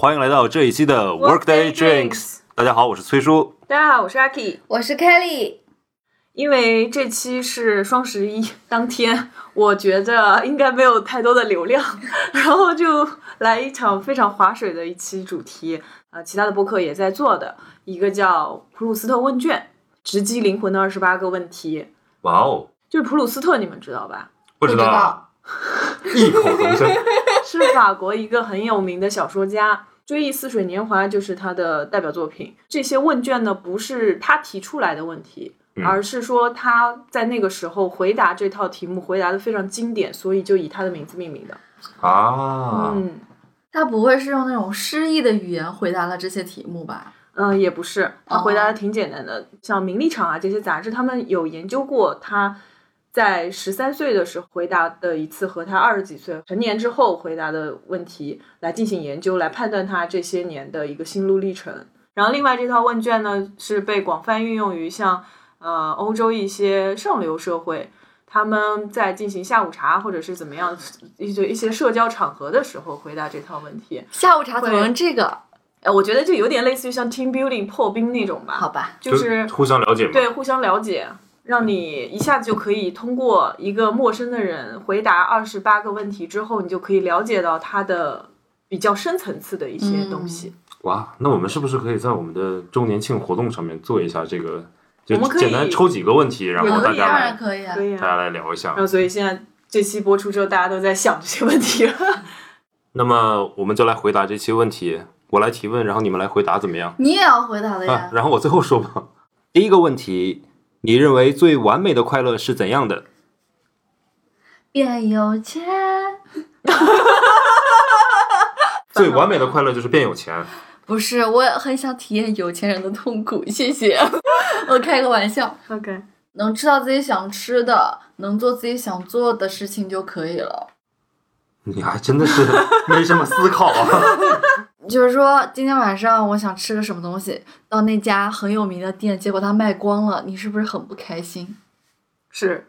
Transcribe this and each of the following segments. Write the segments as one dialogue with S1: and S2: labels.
S1: 欢迎来到这一期的 Workday Drinks。大家好，我是崔叔。
S2: 大家好，我是 Aki。
S3: 我是 Kelly，
S2: 因为这期是双十一当天，我觉着应该没有太多的流量， 然后就来一场非常划水的一期主题。呃，其他的播客也在做的一个叫普鲁斯特问卷，直击灵魂的二十八个问题。
S1: 哇哦，
S2: 就是普鲁斯特，你们知道吧？
S1: 不
S3: 知
S1: 知道，
S3: 道，
S1: 异口同声。
S2: 是法国一个很有名的小说家，《追忆似水年华》就是他的代表作品。这些问卷呢，不是他提出来的问题，
S1: 嗯
S2: 而是说他在那个时候回答这套题目回答的非常经典，所以就以他的名字命名的。
S1: 啊，
S2: 嗯
S3: 他不会是用那种诗意的语言回答了这些题目吧？
S2: 嗯、也不是，他回答
S3: 哦
S2: 的挺简单的。像《名利场》啊这些杂志，他们有研究过他。在十三岁的时候回答的一次和他二十几岁成年之后回答的问题来进行研究，来判断他这些年的一个心路历程。然后另外这套问卷呢是被广泛运用于像呃欧洲一些上流社会，他们在进行下午茶或者是怎么样一些一些社交场合的时候回答这套问题。
S3: 下午茶讨
S2: 会
S3: 论这个，
S2: 呃，我觉得就有点类似于像 team building 破冰那种吧，
S3: 好吧？
S2: 就是嗯
S1: 互相了解嘛。
S2: 对互相了解，让你一下子就可以通过一个陌生的人回答二十八个问题之后，你就可以了解到他的比较深层次的一些
S3: 嗯
S2: 东西。
S1: 哇，那我们是不是可以在我们的周年庆活动上面做一下这个？就
S2: 我们可以
S1: 简单抽几个问题，然后
S3: 可
S1: 大
S3: 以，
S1: 家
S3: 当然
S1: 来
S3: 可以啊
S2: 可。以
S1: 大
S2: 啊。
S1: 家来聊一下
S2: 然。后所以现在这期播出之后，大家都在想这些问题了。
S1: 那么我们就来回答这期问题，我来提问，然后你们来回答，怎么样？
S3: 你也要回答的
S1: 啊
S3: 呀，。
S1: 然后我最后说吧。第一个问题，你认为最完美的快乐是怎样的？
S3: 变有钱，
S1: 最完美的快乐就是变有钱。
S3: 不是，我也很想体验有钱人的痛苦，谢谢。 我开个玩笑，
S2: OK，
S3: 能吃到自己想吃的，能做自己想做的事情就可以了。
S1: 你还真的是没什么思考啊！
S3: 就是说，今天晚上我想吃个什么东西，到那家很有名的店，结果它卖光了，你是不是很不开心？
S2: 是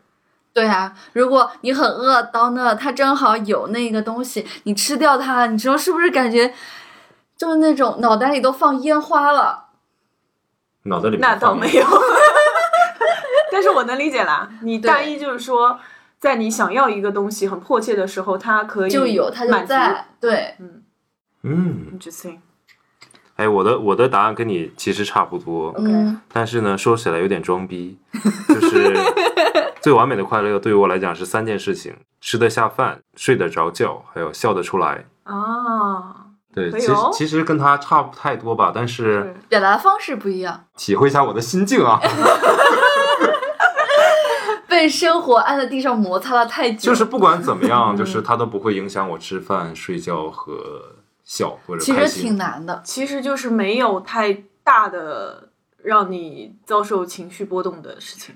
S3: 对啊，如果你很饿，到那它正好有那个东西，你吃掉它，你说是不是感觉就是那种脑袋里都放烟花了？
S1: 脑袋里面
S2: 那倒
S1: 放
S2: 没有， 但是我能理解啦。你大
S3: 对
S2: 意就是说，在你想要一个东西很迫切的时候，它可以
S3: 就有，它
S2: 满足。
S3: 就在。对，
S1: 嗯，
S2: Interesting。
S1: 哎，我的我的答案跟你其实差不多，
S3: 嗯，
S1: 但是呢，说起来有点装逼， 就是最完美的快乐对于我来讲是三件事情：吃得下饭、睡得着觉，还有笑得出来。
S2: 啊，
S1: 对，
S2: 哎
S1: 其
S2: 呦
S1: 实其实跟他差不太多吧，但是
S2: 是
S3: 表达方式不一样，
S1: 体会一下我的心境 啊，
S3: 被生活按在地上摩擦了太久，
S1: 就是不管怎么样，
S2: 嗯
S1: 就是它都不会影响我吃饭、睡觉和笑或者
S3: 其
S1: 开
S3: 实挺
S1: 心。
S3: 难的。
S2: 其实就是没有太大的让你遭受情绪波动的事情，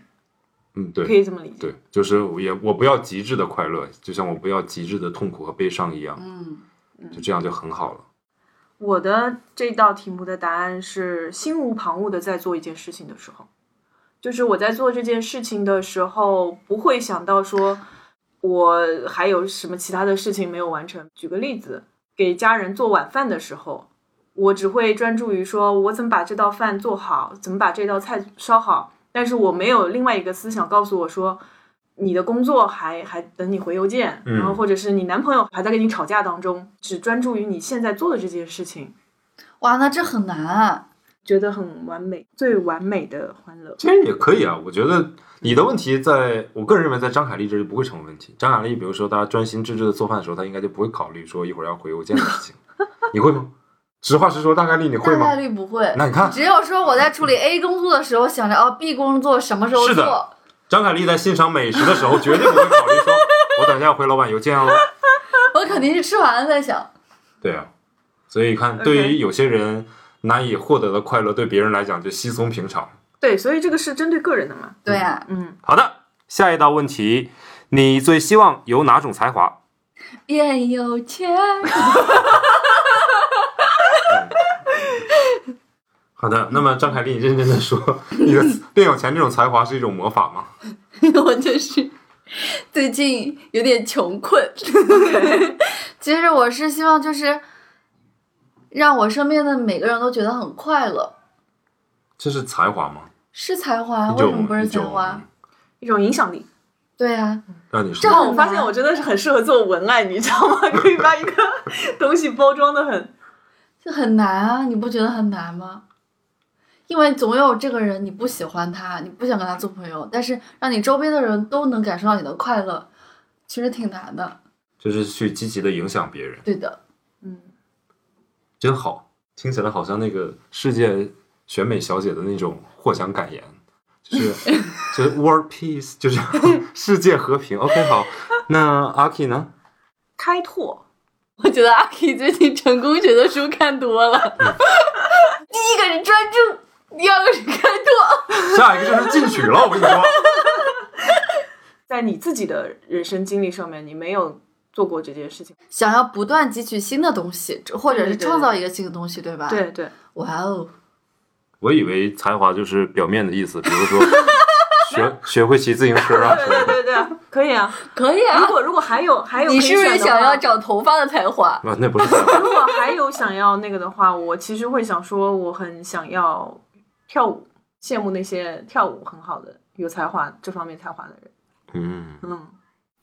S1: 嗯，
S2: 可
S1: 对。
S2: 以这么理解。
S1: 对，就是我也我不要极致的快乐，就像我不要极致的痛苦和悲伤一样，
S3: 嗯，
S1: 就这样就很好了。
S2: 我的这道题目的答案是心无旁骛的在做一件事情的时候，就是我在做这件事情的时候，不会想到说我还有什么其他的事情没有完成。举个例子，给家人做晚饭的时候，我只会专注于说我怎么把这道饭做好，怎么把这道菜烧好，但是我没有另外一个思想告诉我说。你的工作还还等你回邮件，
S1: 嗯
S2: 然后或者是你男朋友还在跟你吵架当中，只专注于你现在做的这件事情，
S3: 哇，那这很难啊。
S2: 觉得很完美，最完美的欢乐。
S1: 其实也可以啊，我觉得你的问题在，我个人认为在张凯丽这就不会成为问题。张凯丽，比如说她专心致志的做饭的时候，她应该就不会考虑说一会儿要回邮件的事情。你会吗？实话实说，大概率你会
S3: 大
S1: 吗？
S3: 概率不会。
S1: 那你看，
S3: 只有说我在处理 A 工作的时候，想着哦 B 工作什么时候
S1: 是的
S3: 做，
S1: 张凯丽在欣赏美食的时候，绝对不会考虑说，我等一下回老板邮件哦。
S3: 我肯定是吃完了再想。
S1: 对啊，所以看，
S2: OK
S1: 对于有些人难以获得的快乐，对别人来讲就稀松平常。
S2: 对，所以这个是针对个人的嘛？
S3: 对啊，
S2: 嗯，
S1: 好的，下一道问题，你最希望有哪种才华？
S3: 变有钱。
S1: 好的，那么张凯丽，你认真的 说，你的变有钱这种才华是一种魔法吗？
S3: 我就是最近 有点穷困。其实我是希望就是让我身边的每个人都觉得很快乐。
S1: 这是才华吗？
S3: 是才华，
S1: 一
S3: 啊为什么
S1: 种
S3: 不是
S1: 一
S3: 才
S1: 种
S3: 华？
S2: 一种影响力。
S3: 对啊，
S1: 让你说
S3: 这
S2: 但
S3: 样
S2: 我发现我真的是很适合做文案，你知道吗？可以把一个东西包装的很
S3: 这很难啊，你不觉得很难吗？因为总有这个人你不喜欢他，你不想跟他做朋友，但是让你周边的人都能感受到你的快乐，其实挺难的。
S1: 就是去积极的影响别人，
S3: 对的，
S2: 嗯，
S1: 真好，听起来好像那个世界选美小姐的那种获奖感言，就是 就是 world peace，就是 世界和平。OK，好，那阿 K 呢？
S2: 开拓。
S3: 我觉得阿 K 最近成功学的书看多了，第一个是专注，第二个是开拓，
S1: 下一个就是进取了，我跟你说，
S2: 在你自己的人生经历上面，你没有做过这件事情。
S3: 想要不断汲取新的东西，或者
S2: 对
S3: 是
S2: 对对
S3: 创造一个新的东西，对吧？，
S2: 对对，
S3: 哇哦，
S1: 我以为才华就是表面的意思，比如 说学学会骑自行车啊
S2: 对
S1: 什么的。
S2: 对对对，可以啊。
S3: 可以
S2: 如
S3: 啊！
S2: 果如果还有还有可以
S3: 你是不是
S2: 选的话
S3: 想要找头发的 才华？
S1: 啊，那不是才华，
S2: 如果还有想要那个的话，我其实会想说，我很想要跳舞，羡慕那些跳舞很好的、有才华这方面才华的人。
S1: 嗯。
S2: 嗯，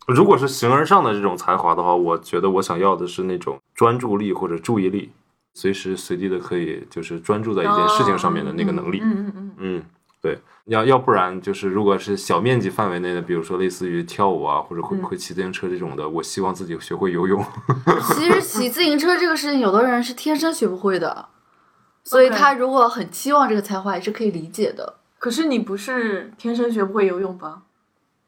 S1: 如果是形而上的这种才华的话，我觉得我想要的是那种专注力或者注意力，随时随地的可以就是专注在一件事情上面的那个能力。
S2: 嗯嗯嗯，
S1: 嗯，对，要要不然就是如果是小面积范围内的，比如说类似于跳舞啊，或者会
S2: 嗯
S1: 会骑自行车这种的，我希望自己学会游泳。
S3: 其实骑自行车这个事情，有的人是天生学不会的，所以
S2: OK
S3: 他如果很期望这个才华，也是可以理解的。
S2: 可是你不是天生学不会游泳吧？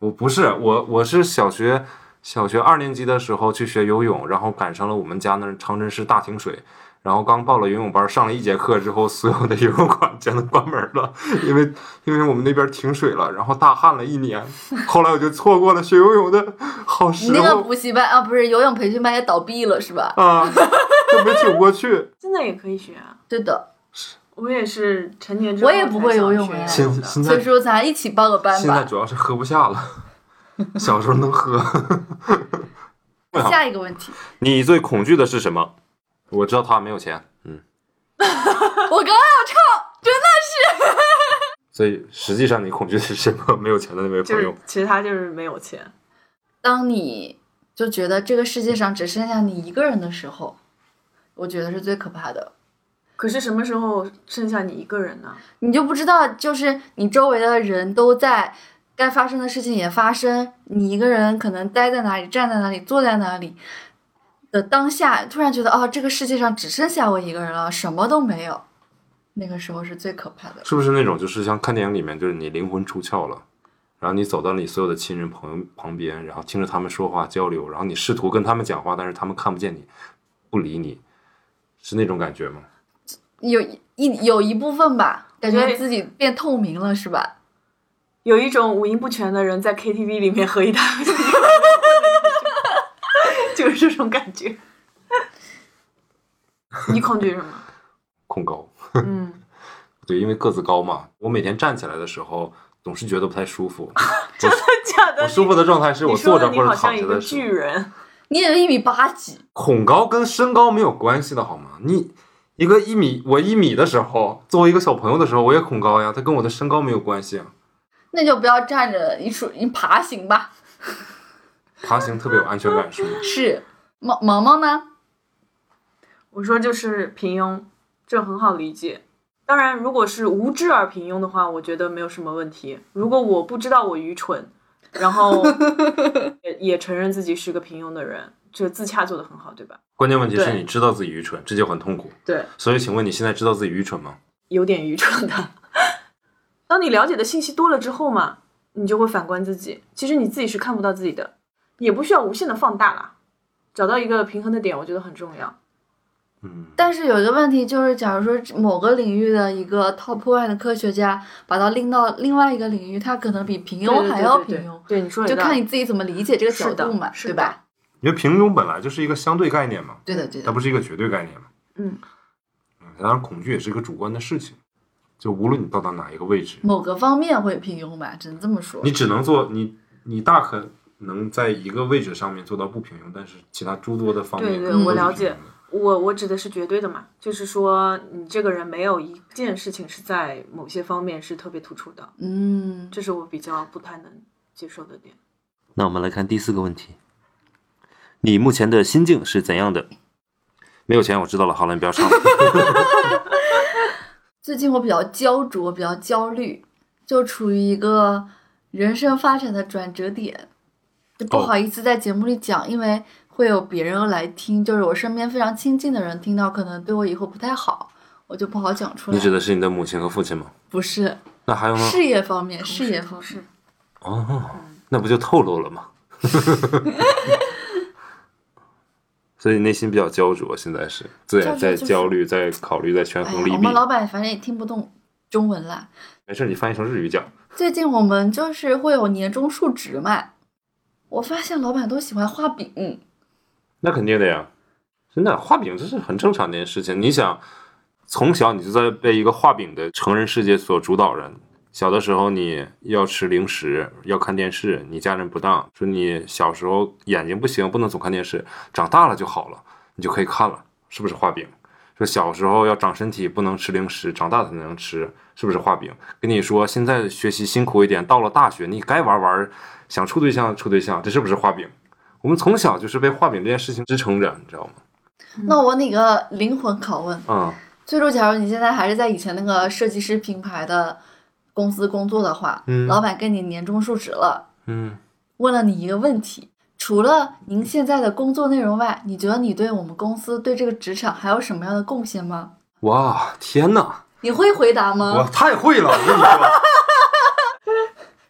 S1: 我不是，我我是小学小学二年级的时候去学游泳，然后赶上了我们家那儿长春市大停水，然后刚报了游泳班，上了一节课之后，所有的游泳馆全都关门了，因为因为我们那边停水了，然后大旱了一 年，后来我就错过了学游泳的好
S3: 你
S1: 时
S3: 那个
S1: 候
S3: 补习班啊，不是游泳培训班也倒闭了是吧？
S1: 啊，就没挺过去。
S2: 现在也可以学啊。
S3: 对的，
S2: 我也是成年之后
S3: 我也不会游泳
S2: 才
S3: 哎
S1: 现
S2: 想学游泳
S1: 现
S2: 的
S3: 所以
S1: 在
S3: 说咱一起报个班
S1: 现在
S3: 吧。
S1: 主要是喝不下了， 小时候能喝。 在
S3: 下一个问题，
S1: 你最恐惧的是什么？我知道他没有钱，嗯，
S3: 我刚刚要唱，真的
S1: 所以实际上你恐惧的是什么？ 没有钱的那位
S2: 就
S1: 朋友
S2: 是。其实他就是没有钱。
S3: 当你就觉得这个世界上只剩下你一个人的时候，我觉得是最可怕的。
S2: 可是什么时候剩下你一个人呢？
S3: 你就不知道，就是你周围的人都在，该发生的事情也发生，你一个人可能待在哪里、站在哪里、坐在哪里的当下，突然觉得哦，这个世界上只剩下我一个人了，什么都没有。那个时候是最可怕的。
S1: 是不是那种就是像看电影里面，就是你灵魂出窍了，然后你走到你所有的亲人朋友旁边，然后听着他们说话交流，然后你试图跟他们讲话，但是他们看不见你，不理你，是那种感觉吗？
S3: 有一有一部分吧，感
S2: 所
S3: 觉
S2: 以
S3: 自己变透明了，是吧？
S2: 有一种五音不全的人在 KTV 里面和一大堆， 就是这种感 觉。你恐惧什么？
S1: 恐高，
S2: 嗯，
S1: 对，因为个子高嘛，我每天站起来的时候总是觉得不太舒服。
S2: 假的
S1: 我。舒服的状态是
S2: 啊你
S1: 我坐
S2: 说的
S1: 着
S2: 你
S1: 或者
S2: 好
S1: 躺
S2: 像一
S1: 着
S2: 个
S1: 的时
S2: 巨
S1: 候。
S2: 人，
S3: 你也一米八几，
S1: 恐高跟身高没有关系的好吗？你一个一米，我一米的时候，作为一个小朋友的时候，我也恐高呀，它跟我的身高没有关系啊。
S3: 那就不要站着，你竖你爬行吧。
S1: 爬行特别有安全感，是吗？
S3: 是，毛毛毛呢？
S2: 我说就是平庸，这很好理解。当然，如果是无知而平庸的话，我觉得没有什么问题。如果我不知道我愚蠢，然后也也承认自己是个平庸的人，这自洽做得很好，对吧？
S1: 关键问题是
S2: 对
S1: 你知道自己愚蠢，这就很痛苦。
S2: 对，
S1: 所以，请问你现在知道自己愚蠢吗？
S2: 有点愚蠢的。当你了解的信息多了之后嘛，你就会反观自己，其实你自己是看不到自己的，也不需要无限的放大啦。找到一个平衡的点，我觉得很重要。
S1: 嗯，
S3: 但是有一个问题就是，假如说某个领域的一个 top one 的科学家，把他拎到另外一个领域，他可能比平庸还要平庸，
S2: 对对对对对你说的
S3: 就看你自己怎么理解这个角度嘛，
S2: 是
S3: 对
S2: 的
S3: 吧？
S1: 因为平庸本来就是一个相对概念嘛，
S3: 对的，对
S1: 它
S3: 的。
S1: 不是一个绝对概念嘛。
S2: 嗯
S1: 嗯，当然，恐惧也是一个主观的事情，就无论你到达哪一个位置，
S3: 某个方面会平庸吧，只能这么说
S1: 你。只能做你，你大可能在一个位置上面做到不平庸，但是其他诸多的方面
S2: 对对
S1: 可能都
S3: 我
S1: 是
S2: 了
S1: 平庸的
S2: 解我我指的是绝对的嘛，就是说你这个人没有一件事情是在某些方面是特别突出的，
S3: 嗯，
S2: 这是我比较不太能接受的点。
S1: 那我们来看第四个问题，你目前的心境是怎样的？没有钱我知道了，好了，你不要唱了。
S3: 最近我比较焦灼，比较焦虑，就处于一个人生发展的转折点，就不
S1: 哦
S3: 好意思在节目里讲，因为会有别人来听，就是我身边非常亲近的人听到，可能对我以后不太好，我就不好讲出来。
S1: 你嗯指的是你的母亲和父亲吗？
S3: 不是
S1: 那还有吗？
S3: 事业方面，事业方
S2: 同事
S3: 面，
S1: 哦，那不就透露了吗？ 所以内心比较焦灼，现在是自
S3: 焦
S1: 在
S3: 灼
S1: 在
S3: 就是
S1: 焦虑，在考虑，在权
S3: 哎
S1: 衡
S3: 呀，
S1: 利
S3: 我
S1: 弊
S3: 们。老板反正也听不懂中文啦。
S1: 没事，你翻译成日语讲。
S3: 最近我们就是会有年终述职嘛，我发现老板都喜欢画饼，
S1: 那肯定的呀，真的画饼这是很正常的一件事情。你想，从小你就在被一个画饼的成人世界所主导着。小的时候你要吃零食，要看电视，你家人不当，说你小时候眼睛不行，不能总看电视，长大了就好了，你就可以看了，是不是画饼？说小时候要长身体，不能吃零食，长大才能吃，是不是画饼？跟你说，现在学习辛苦一点，到了大学你该玩玩，想处对象处对象，这是不是画饼？我们从小就是被画饼这件事情支撑着，你知道吗？
S3: 那我那个灵魂拷问，
S1: 嗯，
S3: 最初，假如你现在还是在以前那个设计师品牌的公司工作的话，
S1: 嗯
S3: 老板跟你年终述职了，
S1: 嗯，
S3: 问了你一个问题：除了您现在的工作内容外，你觉得你对我们公司、对这个职场还有什么样的贡献吗？
S1: 哇，天哪，
S3: 你会回答
S4: 我
S3: 吗？
S4: 太会了，我跟你说，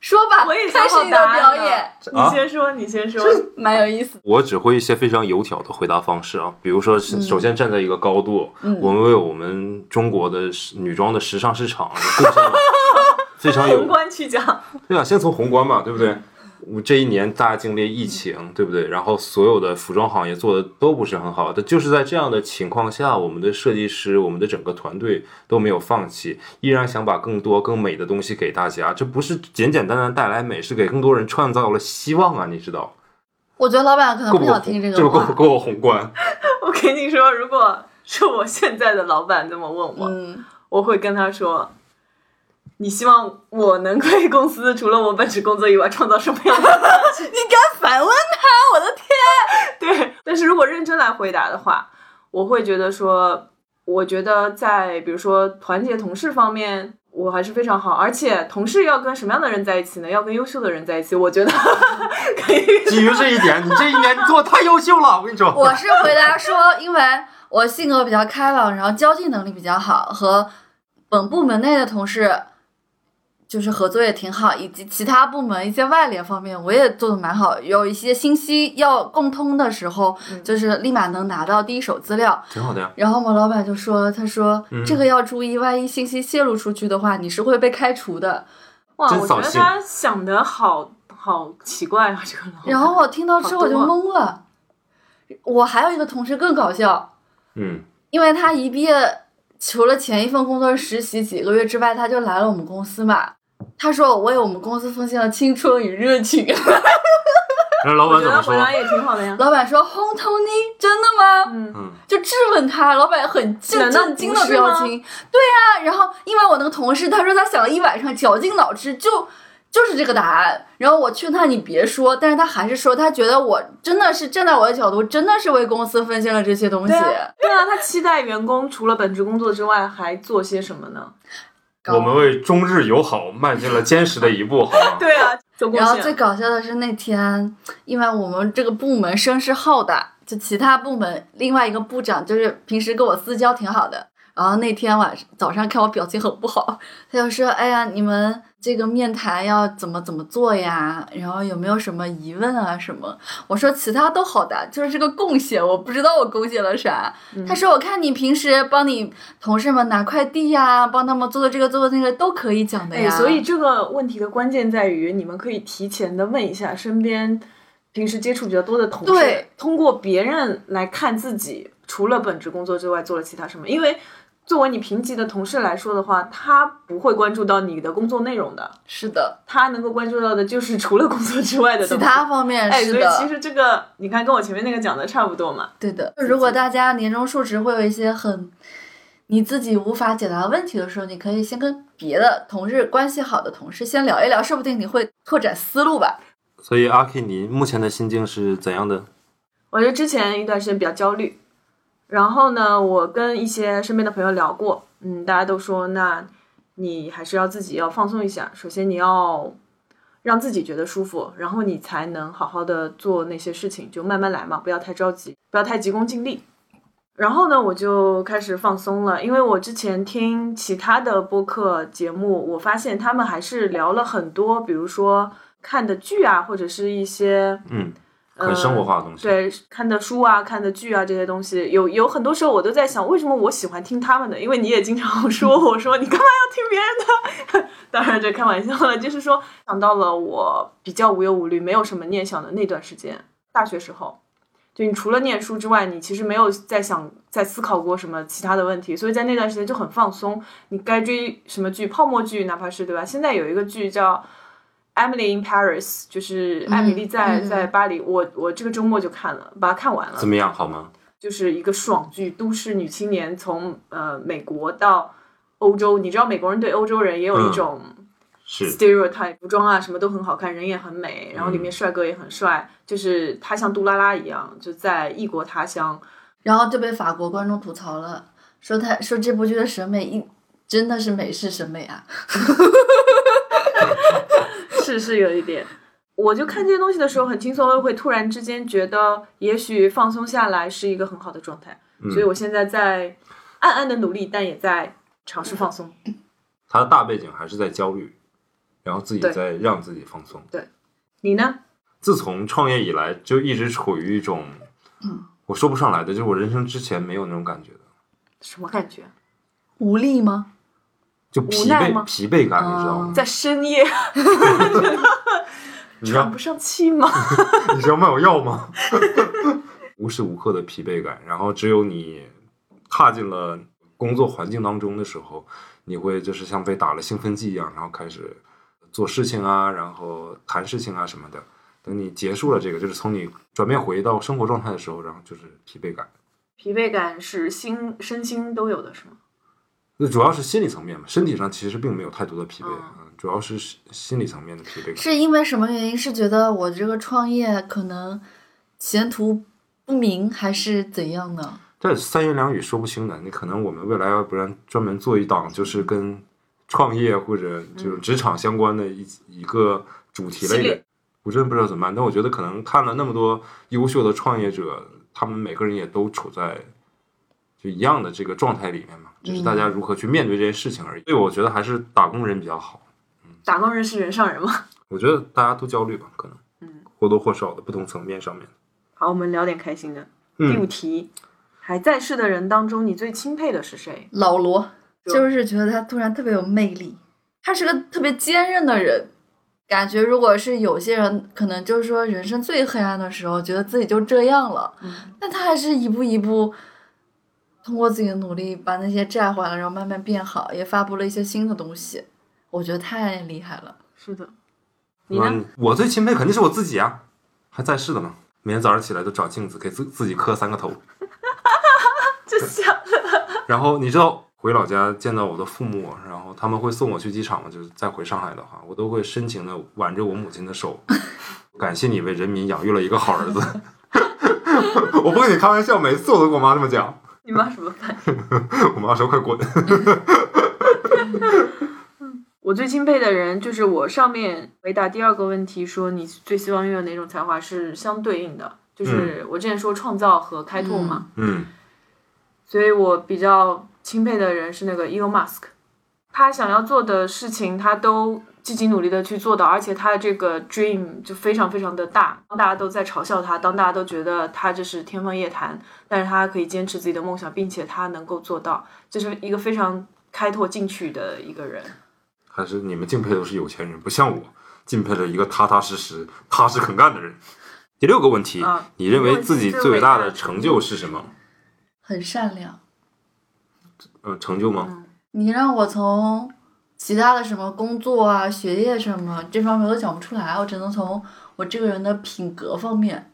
S3: 说吧，
S2: 我也想
S3: 开始
S2: 好
S3: 你的
S2: 答案
S3: 表
S2: 呢
S3: 演，
S4: 啊
S2: 你先说，你先说。
S3: 蛮有意思的。
S1: 我只会一些非常油条的回答方式啊，比如说是，首先站在一个高度，
S3: 嗯
S1: 我们为我们中国的时女装的时尚市场贡献了非常有
S2: 宏观去讲，
S1: 对啊，先从宏观嘛，对不对？我这一年大家经历疫情，对不对？然后所有的服装行业做的都不是很好，但就是在这样的情况下，我们的设计师、我们的整个团队都没有放弃，依然想把更多更美的东西给大家。这不是简简单单带来美，是给更多人创造了希望啊！你知道，
S3: 我觉得老板可能
S1: 够
S3: 啊不
S1: 不够
S3: 想
S1: 宏？
S3: 听
S1: 这
S3: 个
S1: 够不
S3: 话。
S1: 够宏观？
S2: 我跟你说，如果是我现在的老板这么问我，
S3: 嗯，
S2: 我会跟他说：“你希望我能为公司除了我本职工作以外创造什么样的
S3: 你敢反问他？我的天！？”
S2: 对，但是如果认真来回答的话，我会觉得说，我觉得在比如说团结同事方面。我还是非常好，而且同事要跟什么样的人在一起呢？要跟优秀的人在一起，我觉得 可以。
S4: 基于这一点，你这一年你做的太优秀了，我跟你说，
S3: 我是回答说，因为我性格比较开朗，然后交际能力比较好，和本部门内的同事就是合作也挺好，以及其他部门一些外联方面我也做的蛮好。有一些信息要共通的时候，
S2: 嗯
S3: 就是立马能拿到第一手资料。
S1: 挺好的呀。
S3: 然后我们老板就说：“他说、
S1: 嗯
S3: 这个要注意，万一信息泄露出去的话，你是会被开除的。”
S2: 哇，
S4: 真
S2: 我觉
S4: 扫
S2: 得
S4: 兴
S2: 他想的好好奇怪啊，这个老板。
S3: 然后我听到之后我就
S2: 好多
S3: 懵了。我还有一个同事更搞笑，
S1: 嗯，
S3: 因为他一毕业，除了前一份工作是实习几个月之外，他就来了我们公司嘛。他说我为我们公司奉献了青春与热情。
S1: 那老
S2: 我
S1: 板
S2: 觉
S1: 怎
S2: 得
S1: 么说
S2: 回？答也挺好的呀。
S3: 老板说轰头你真的吗？
S2: 嗯，
S1: 嗯，
S3: 就质问他，老板很 震
S2: 难道
S3: 震惊
S2: 不
S3: 的
S2: 是
S3: 表
S2: 吗
S3: 情。对呀、然后因为我那个同事，他说他想了一晚上，绞尽脑汁就。就是这个答案，然后我劝他你别说，但是他还是说，他觉得我真的是站在我的角度，真的是为公司奉献了这些东西
S2: 对，啊，对啊，他期待员工除了本职工作之外还做些什么呢？
S3: 搞
S4: 我们为中日友好迈进了坚实的一步，好吗？
S2: 对啊，做贡
S3: 然后最
S2: 献。
S3: 搞笑的是那天，因为我们这个部门声势浩大，就其他部门另外一个部长就是平时跟我私交挺好的，然后那天晚上早上看我表情很不好， 他就说：“哎呀，你们这个面谈要怎么怎么做呀？然后有没有什么疑问啊什么？”我说：“其他都好的，就是这个贡献，我不知道我贡献了啥。
S2: 嗯
S3: 他说：“我看你平时帮你同事们拿快递呀，帮他们做的这个做的那个都可以讲的呀。
S2: 哎，所以这个问题的关键在于，你们可以提前的问一下身边平时接触比较多的同事，
S3: 对
S2: 通过别人来看自己除了本职工作之外做了其他什么，因为。作为你平级的同事来说的话，他不会关注到你的工作内容的，
S3: 是的，
S2: 他能够关注到的就是除了工作之外的
S3: 其
S2: 东西。
S3: 他方面
S2: 哎，
S3: 是
S2: 所以
S3: 的，
S2: 其实这个你看跟我前面那个讲的差不多嘛。
S3: 对的。如果大家年终述职会有一些很你自己无法解答的问题的时候，你可以先跟别的同事关系好的同事先聊一聊，说不定你会拓展思路吧。
S1: 所以阿 K，你目前的心境是怎样的？
S2: 我觉得之前一段时间比较焦虑，然后呢，我跟一些身边的朋友聊过，嗯，大家都说，那你还是要自己要放松一下。首先你要让自己觉得舒服，然后你才能好好的做那些事情，就慢慢来嘛，不要太着急，不要太急功近利。然后呢，我就开始放松了，因为我之前听其他的播客节目，我发现他们还是聊了很多，比如说看的剧啊，或者是一些
S1: 嗯，
S2: 呃
S1: 很生活化的东西。
S2: 对，看的书啊、看的剧啊这些东西，有有很多时候我都在想，为什么我喜欢听他们的？因为你也经 常说我说你干嘛要听别人的？ 当然这开玩笑了，就是说想到了我比较无忧无虑、没有什么念想的那段时间，大学时候，就你除了念书之外，你其实没有在想、在思考过什么其他的问题，所以在那段时间就很放松。你该追什么剧，泡沫剧，哪怕是对吧？现在有一个剧叫。Emily in Paris，就是艾米丽在、
S3: 嗯嗯
S2: 在巴黎，我我这个周末就看了，把它看完了
S1: 怎。么样？好吗？
S2: 就是一个爽剧，都市女青年从呃美国到欧洲，你知道美国人对欧洲人也有一种
S1: 嗯是嗯
S2: stereotype，、服装啊什么都很好看，人也很美，然后里面帅哥也很帅，就是他像杜拉拉一样，就在异国他乡。
S3: 然后就被法国观众吐槽了，说他说这部剧的审美一真的是美式审美啊。
S2: 是是有一点。我就看这些东西的时候很轻松，又会突然之间觉得，也许放松下来是一个很好的状态。
S1: 嗯
S2: 所以我现在在暗暗的努力，但也在尝试放松。
S1: 他的大背景还是在焦虑，然后自己
S2: 对
S1: 在让自己放松。
S2: 你呢？
S1: 自从创业以来，就一直处于一种，
S2: 嗯
S1: 我说不上来的，就是我人生之前没有那种感觉的，
S2: 什么感觉？
S3: 无力吗？
S1: 就疲
S2: 无奈吗
S1: 惫
S2: 嗯
S1: 疲惫感，你知道吗？
S2: 在深夜
S1: 你知道
S2: 喘不上气吗？
S1: 你知道卖我药吗？无时无刻的疲惫感，然后只有你踏进了工作环境当中的时候，你会就是像被打了兴奋剂一样，然后开始做事情啊，然后谈事情啊什么的。等你结束了这个，就是从你转变回到生活状态的时候，然后就是疲惫感。
S2: 疲惫感是心身心都有的，是吗？
S1: 那主要是心理层面嘛，身体上其实并没有太多的疲惫，
S2: 嗯
S1: 嗯，主要是心心理层面的疲惫感。
S3: 是因为什么原因？是觉得我这个创业可能前途不明，还是怎样呢？
S1: 这三言两语说不清的，你可能我们未来要不然专门做一档，就是跟创业或者就是职场相关的一、一个主题
S2: 嗯系
S1: 类的
S2: 列。
S1: 我真的不知道怎么办，但我觉得可能看了那么多优秀的创业者，他们每个人也都处在就一样的这个状态里面嘛，只是大家
S2: 嗯
S1: 如何去面对这件事情而已。所以我觉得还是打工人比较好。
S2: 打工人是人上人吗？
S1: 我觉得大家都焦虑吧，可能，
S2: 嗯，
S1: 或多或少的不同层面上面。
S2: 好，我们聊点开心的。第五
S1: 嗯，
S2: 题，还在世的人当中，你最钦佩的是谁？
S3: 老罗
S2: 就
S3: 就是觉得他突然特别有魅力，他是个特别坚韧的人。感觉如果是有些人，可能就是说人生最黑暗的时候，觉得自己就这样了，
S2: 嗯，
S3: 但他还是一步一步通过自己的努力把那些债还了，然后慢慢变好，也发布了一些新的东西。我觉得太厉害了。
S2: 是的。你呢？
S1: 嗯，我最钦佩肯定是我自己啊，还在世的呢。每天早上起来都照镜子，给自自己磕三个头。
S2: 就像
S1: 然后你知道回老家见到我的父母，然后他们会送我去机场嘛，就是再回上海的话，我都会深情的挽着我母亲的手， 感谢你为人民养育了一个好儿子。 我不跟你开玩笑，每次我都跟我妈这么讲。
S2: 你妈什么反应？
S1: 我妈说快滚。
S2: 我最钦佩的人就是我上面回答第二个问题说你最希望拥有哪种才华是相对应的，就是我之前说创造和开拓嘛，
S1: 嗯，
S2: 所以我比较钦佩的人是那个 Elon Musk，他想要做的事情他都积极努力的去做到，而且他的这个 dream 就非常非常的大。当大家都在嘲笑他，当大家都觉得他这是天方夜谭，但是他可以坚持自己的梦想，并且他能够做到，这是一个非常开拓进取的一个人。
S1: 还是你们敬佩都是有钱人，不像我敬佩了一个踏踏实实、踏实肯干的人。第六个问题，
S2: 啊
S1: 你认为自己
S2: 第六
S1: 最
S2: 个最
S1: 伟
S2: 伟
S1: 大
S2: 大
S1: 的
S2: 的
S1: 成就是什么？
S3: 很善良，
S1: 呃成就吗？
S3: 你让我从其他的什么工作啊、学业什么这方面我都讲不出来，我只能从我这个人的品格方面。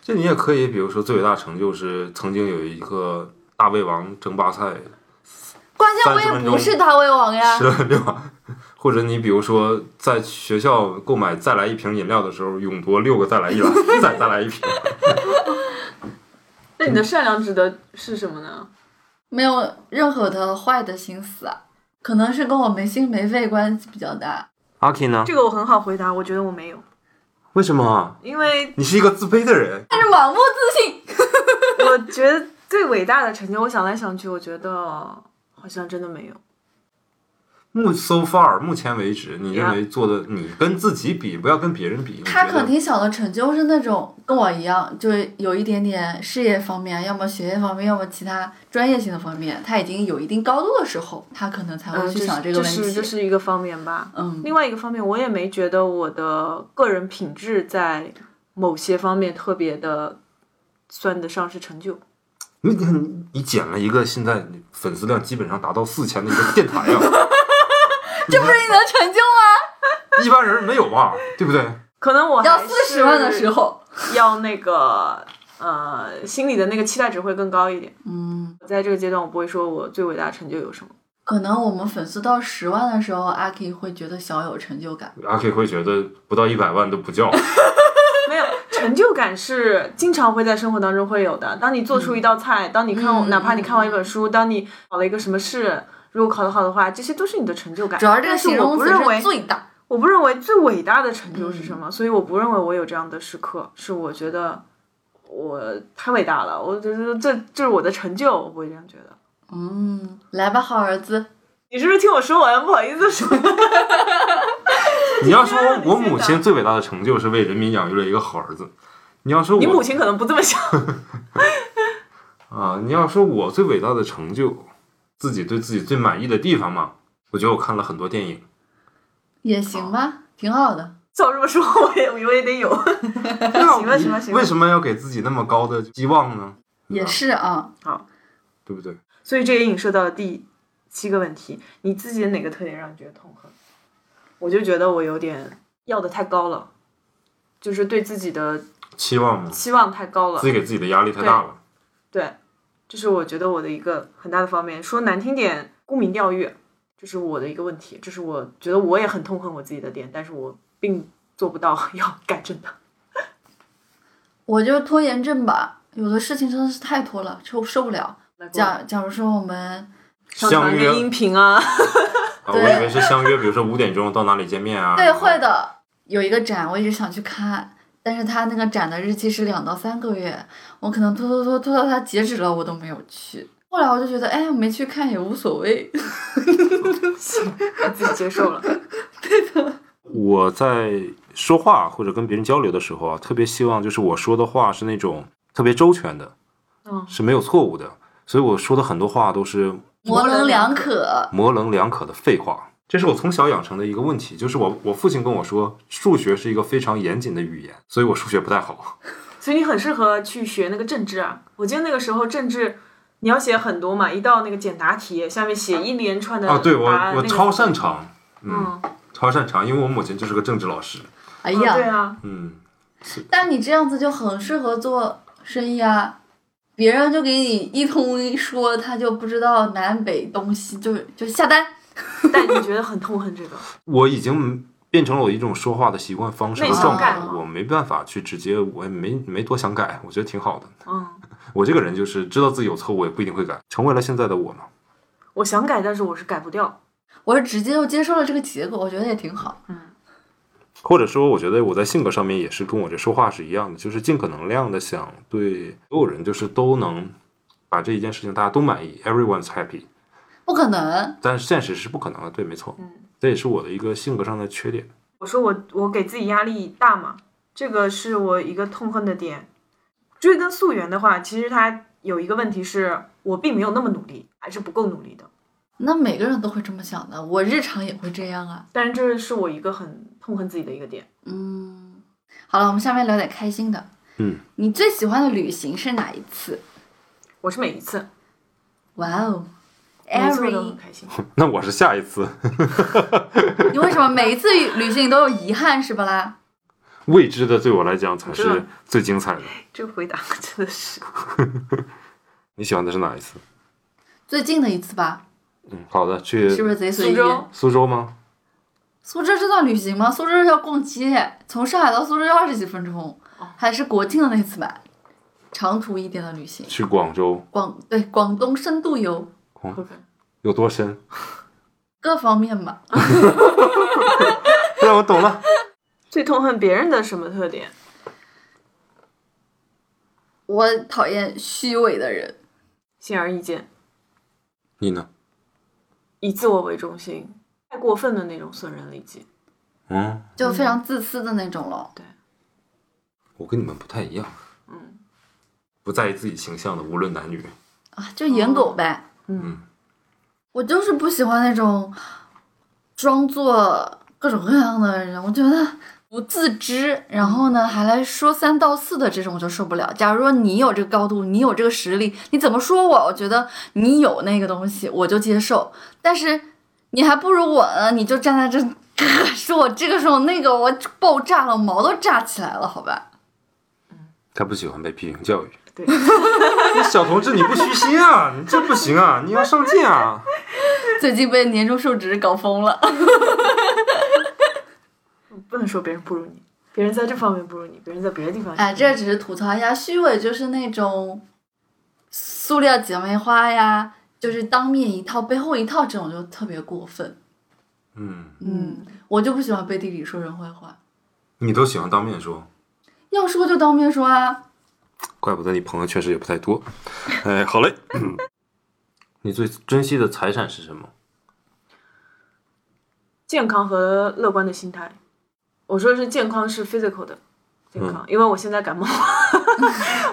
S1: 这你也可以，比如说最伟大成就是曾经有一个大胃王争巴塞
S3: 关键我
S1: 30分
S3: 也
S1: 钟
S3: 不是大胃王呀
S1: 吃，了很六碗，或者你比如说在学校购买再来一瓶饮料的时候，勇夺六个再来一 碗，再再来一瓶。
S2: 那你的善良指的是什么呢？
S3: 没有任何的坏的心思啊，可能是跟我没心没肺关系比较大。
S5: 阿 K 呢？
S2: 这个我很好回答，我觉得我没有，
S5: 为什么？
S2: 因为
S1: 啊你是一个自卑的人，
S3: 但是盲目自信，
S2: 我觉得最伟大的成就，我想来想去，我觉得好像真的没有。
S1: 目 so far 目前为止，你认为做的你跟自己比，不要跟别人比。你
S3: 他
S1: 觉
S3: 可
S1: 得
S3: 挺小的成就是那种跟我一样，就是有一点点事业方面，要么学业方面，要么其他专业性的方面，他已经有一定高度的时候，他可能才
S2: 嗯，
S3: 会
S2: 这
S3: 去想
S2: 是
S3: 个
S2: 这
S3: 问题。
S2: 是这是一个方面吧。
S3: 嗯，
S2: 另外一个方面，我也没觉得我的个人品质在某些方面特别的算得上是成就。
S1: 你你你剪了一个现在粉丝量基本上达到四千的一个电台呀、啊
S3: 这不是你能成就吗？
S1: 一般人没有吧？对不对？
S2: 可能我
S3: 要
S2: 还
S3: 四十万的时候，
S2: 是要那个呃心里的那个期待值会更高一点。
S3: 嗯，
S2: 在这个阶段，我不会说我最伟大的成就有什么。
S3: 可能我们粉丝到十万的时候，阿 K 会觉得小有成就感。
S1: 阿 K 会觉得不到一百万都不叫。
S2: 没有成就感是经常会在生活当中会有的。当你做出一道菜，当你看完，
S3: 嗯
S2: 哪怕你看完一本书，当你考了一个什么试，如果考得好的话，这些都是你的成就感。
S3: 主要这个
S2: 但是
S3: 形
S2: 我
S3: 容
S2: 不
S3: 词
S2: 认为
S3: 是，最大，
S2: 我不认为最伟大的成就是什么，所以我不认为我有这样的时刻，是我觉得我太伟大了，我觉得这这是我的成就，我不会这样觉得。
S3: 嗯，来吧，好儿子，
S2: 你是不是听我说完？不好意思说，
S1: 你要说我母亲最伟大的成就是为人民养育了一个好儿子，你要说我
S2: 你母亲可能不这么 想。
S1: 啊，你要说我最伟大的成就，自己对自己最满意的地方嘛，我觉得我看了很多 电影，
S3: 也行吧，挺好的。
S2: 照这么说，我也我也得有。行了行了行了
S1: 为什么要给自己那么高的期望呢？
S3: 也是啊，
S1: 对不对？
S2: 所以这也影射到了第七个问题：你自己的哪个特点让你觉得痛恨？我就觉得我有点要的太高了，就是对自己的
S1: 期望吗？
S2: 期望太高了
S1: 自。己给自己的压力太大了。
S2: 对，这是我觉得我的一个很大的方面。说难听点，沽名钓誉，这是我的一个问题，这是我觉得我也很痛恨我自己的点，但是我并做不到 要改正它。
S3: 我就是拖延症吧，有的事情真的是太拖了，受受不了。假假如说我们
S2: 上
S1: 相
S2: 传
S1: 约
S2: 个音频啊，
S1: 啊，我以为是相约，比如说五点钟到哪里见面啊？
S3: 对
S1: 然后
S3: 会的，有一个展我一直想去看，但是他那个展的日期是两到三个月，我可能拖拖拖拖到他截止了，我都没有去。后来我就觉得，哎，我没去看也无所谓。
S2: 我自己接受了。
S5: 我在说话或者跟别人交流的时候啊，特别希望就是我说的话是那种特别周全的，
S2: 嗯
S5: 是没有错误的，所以我说的很多话都是
S3: 模棱两可，哦
S5: 模棱两可的废话。
S1: 这是我从小养成的一个问题，就是我我父亲跟我说，数学是一个非常严谨的语言，所以我数学不太好。
S2: 所以你很适合去学那个政治啊。我记得那个时候政治，你要写很多嘛，一道那个简答题下面写一连串的
S1: 啊，对我
S2: 答案
S1: 我
S2: 那个
S1: 超擅长，
S2: 嗯，
S1: 超擅长，因为我母亲就是个政治老师。
S3: 哎
S2: 嗯对
S3: 呀，
S2: 啊，
S1: 嗯，
S3: 但你这样子就很适合做生意啊。别人就给你一通一说，他就不知道南北东西，就就下单。
S2: 但你觉得很痛恨这个，
S5: 我已经变成了我一种说话的习惯方式
S2: 内
S5: 和
S2: 向
S5: 状
S2: 感
S5: 态
S2: 吗
S5: 了，我没办法去直接，我也没没多想改，我觉得挺好的。
S2: 嗯，
S5: 我这个人就是知道自己有错误，我也不一定会改，成为了现在的我嘛。
S2: 我想改，但是我是改不掉。
S3: 我是直接就接受了这个结果，我觉得也挺好。
S5: 或者说，我觉得我在性格上面也是跟我这说话是一样的，就是尽可能量的想对所有人，就是都能把这一件事情大家都满意，everyone's happy。
S3: 不可能，
S5: 但是现实是不可能的，对，没错，
S2: 嗯
S5: 这也是我的一个性格上的缺点。
S2: 我说我我给自己压力大嘛，这个是我一个痛恨的点。追根溯源的话，其实它有一个问题是我并没有那么努力，还是不够努力的。
S3: 那每个人都会这么想的，我日常也会这样啊。
S2: 但是这是我一个很痛恨自己的一个点。
S3: 嗯，好了，我们下面聊点开心的。
S5: 嗯，
S3: 你最喜欢的旅行是哪一次？
S2: 我是每一次
S3: 哇哦，
S2: 每次我都
S3: every
S2: 很开心。
S5: 那我是下一次
S3: 你为什么每一次旅行都有遗憾是吧啦？
S5: 未知的，对我来讲才
S2: 对
S5: 是最精彩的。
S2: 这个回答真的是，
S5: 你喜欢的是哪一次？
S3: 最近的一次吧，
S5: 嗯，好的，去
S3: 是不是贼随意
S2: 苏？州
S5: 苏州吗？
S3: 苏州这段旅行吗？苏州要逛街，从上海到苏州要二十几分钟，还是国庆的那次吧，长途一点的旅行，
S5: 去广州？
S3: 广对广东深度游
S5: 有多深？
S3: 各方面吧。
S5: 那我懂了。
S2: 最痛恨别人的什么特点？
S3: 我讨厌虚伪的人，
S2: 显而易见，
S5: 你呢？
S2: 以自我为中心，太过分的那种损人利己。
S5: 嗯，
S3: 就非常自私的那种咯。
S1: 我跟你们不太一样，
S2: 嗯
S1: 不在意自己形象的，无论男女。
S3: 啊，就颜狗呗。
S2: 嗯
S3: 我就是不喜欢那种装作各种各样的人，我觉得不自知，然后呢还来说三道四的这种我就受不了。假如说你有这个高度，你有这个实力，你怎么说我？我觉得你有那个东西，我就接受。但是你还不如我呢，你就站在这。 说我这个说我那个，我爆炸了，毛都炸起来了，好吧？
S5: 他不喜欢被批评教育。
S2: 对，
S1: 小同志，你不虚心啊， 你这不行啊，你要上进啊。
S3: 最近被年终述职搞疯了。
S2: 不能说别人不如你，别人在这方面不如你，别人在别的地方。
S3: 哎，这只是吐槽一下，虚伪就是那种塑料姐妹花呀，就是当面一套背后一套，这种就特别过分。
S1: 嗯，
S3: 嗯，我就不喜欢背地里说人坏话，
S1: 你都喜欢当面说，
S3: 要说就当面说啊。
S5: 怪不得你朋友确实也不太多。哎，好 嘞。你最珍惜的财产是什么？
S2: 健康和乐观的心态。我说的是健康是 physical 的健康，
S1: 嗯
S2: 因为我现在 感冒，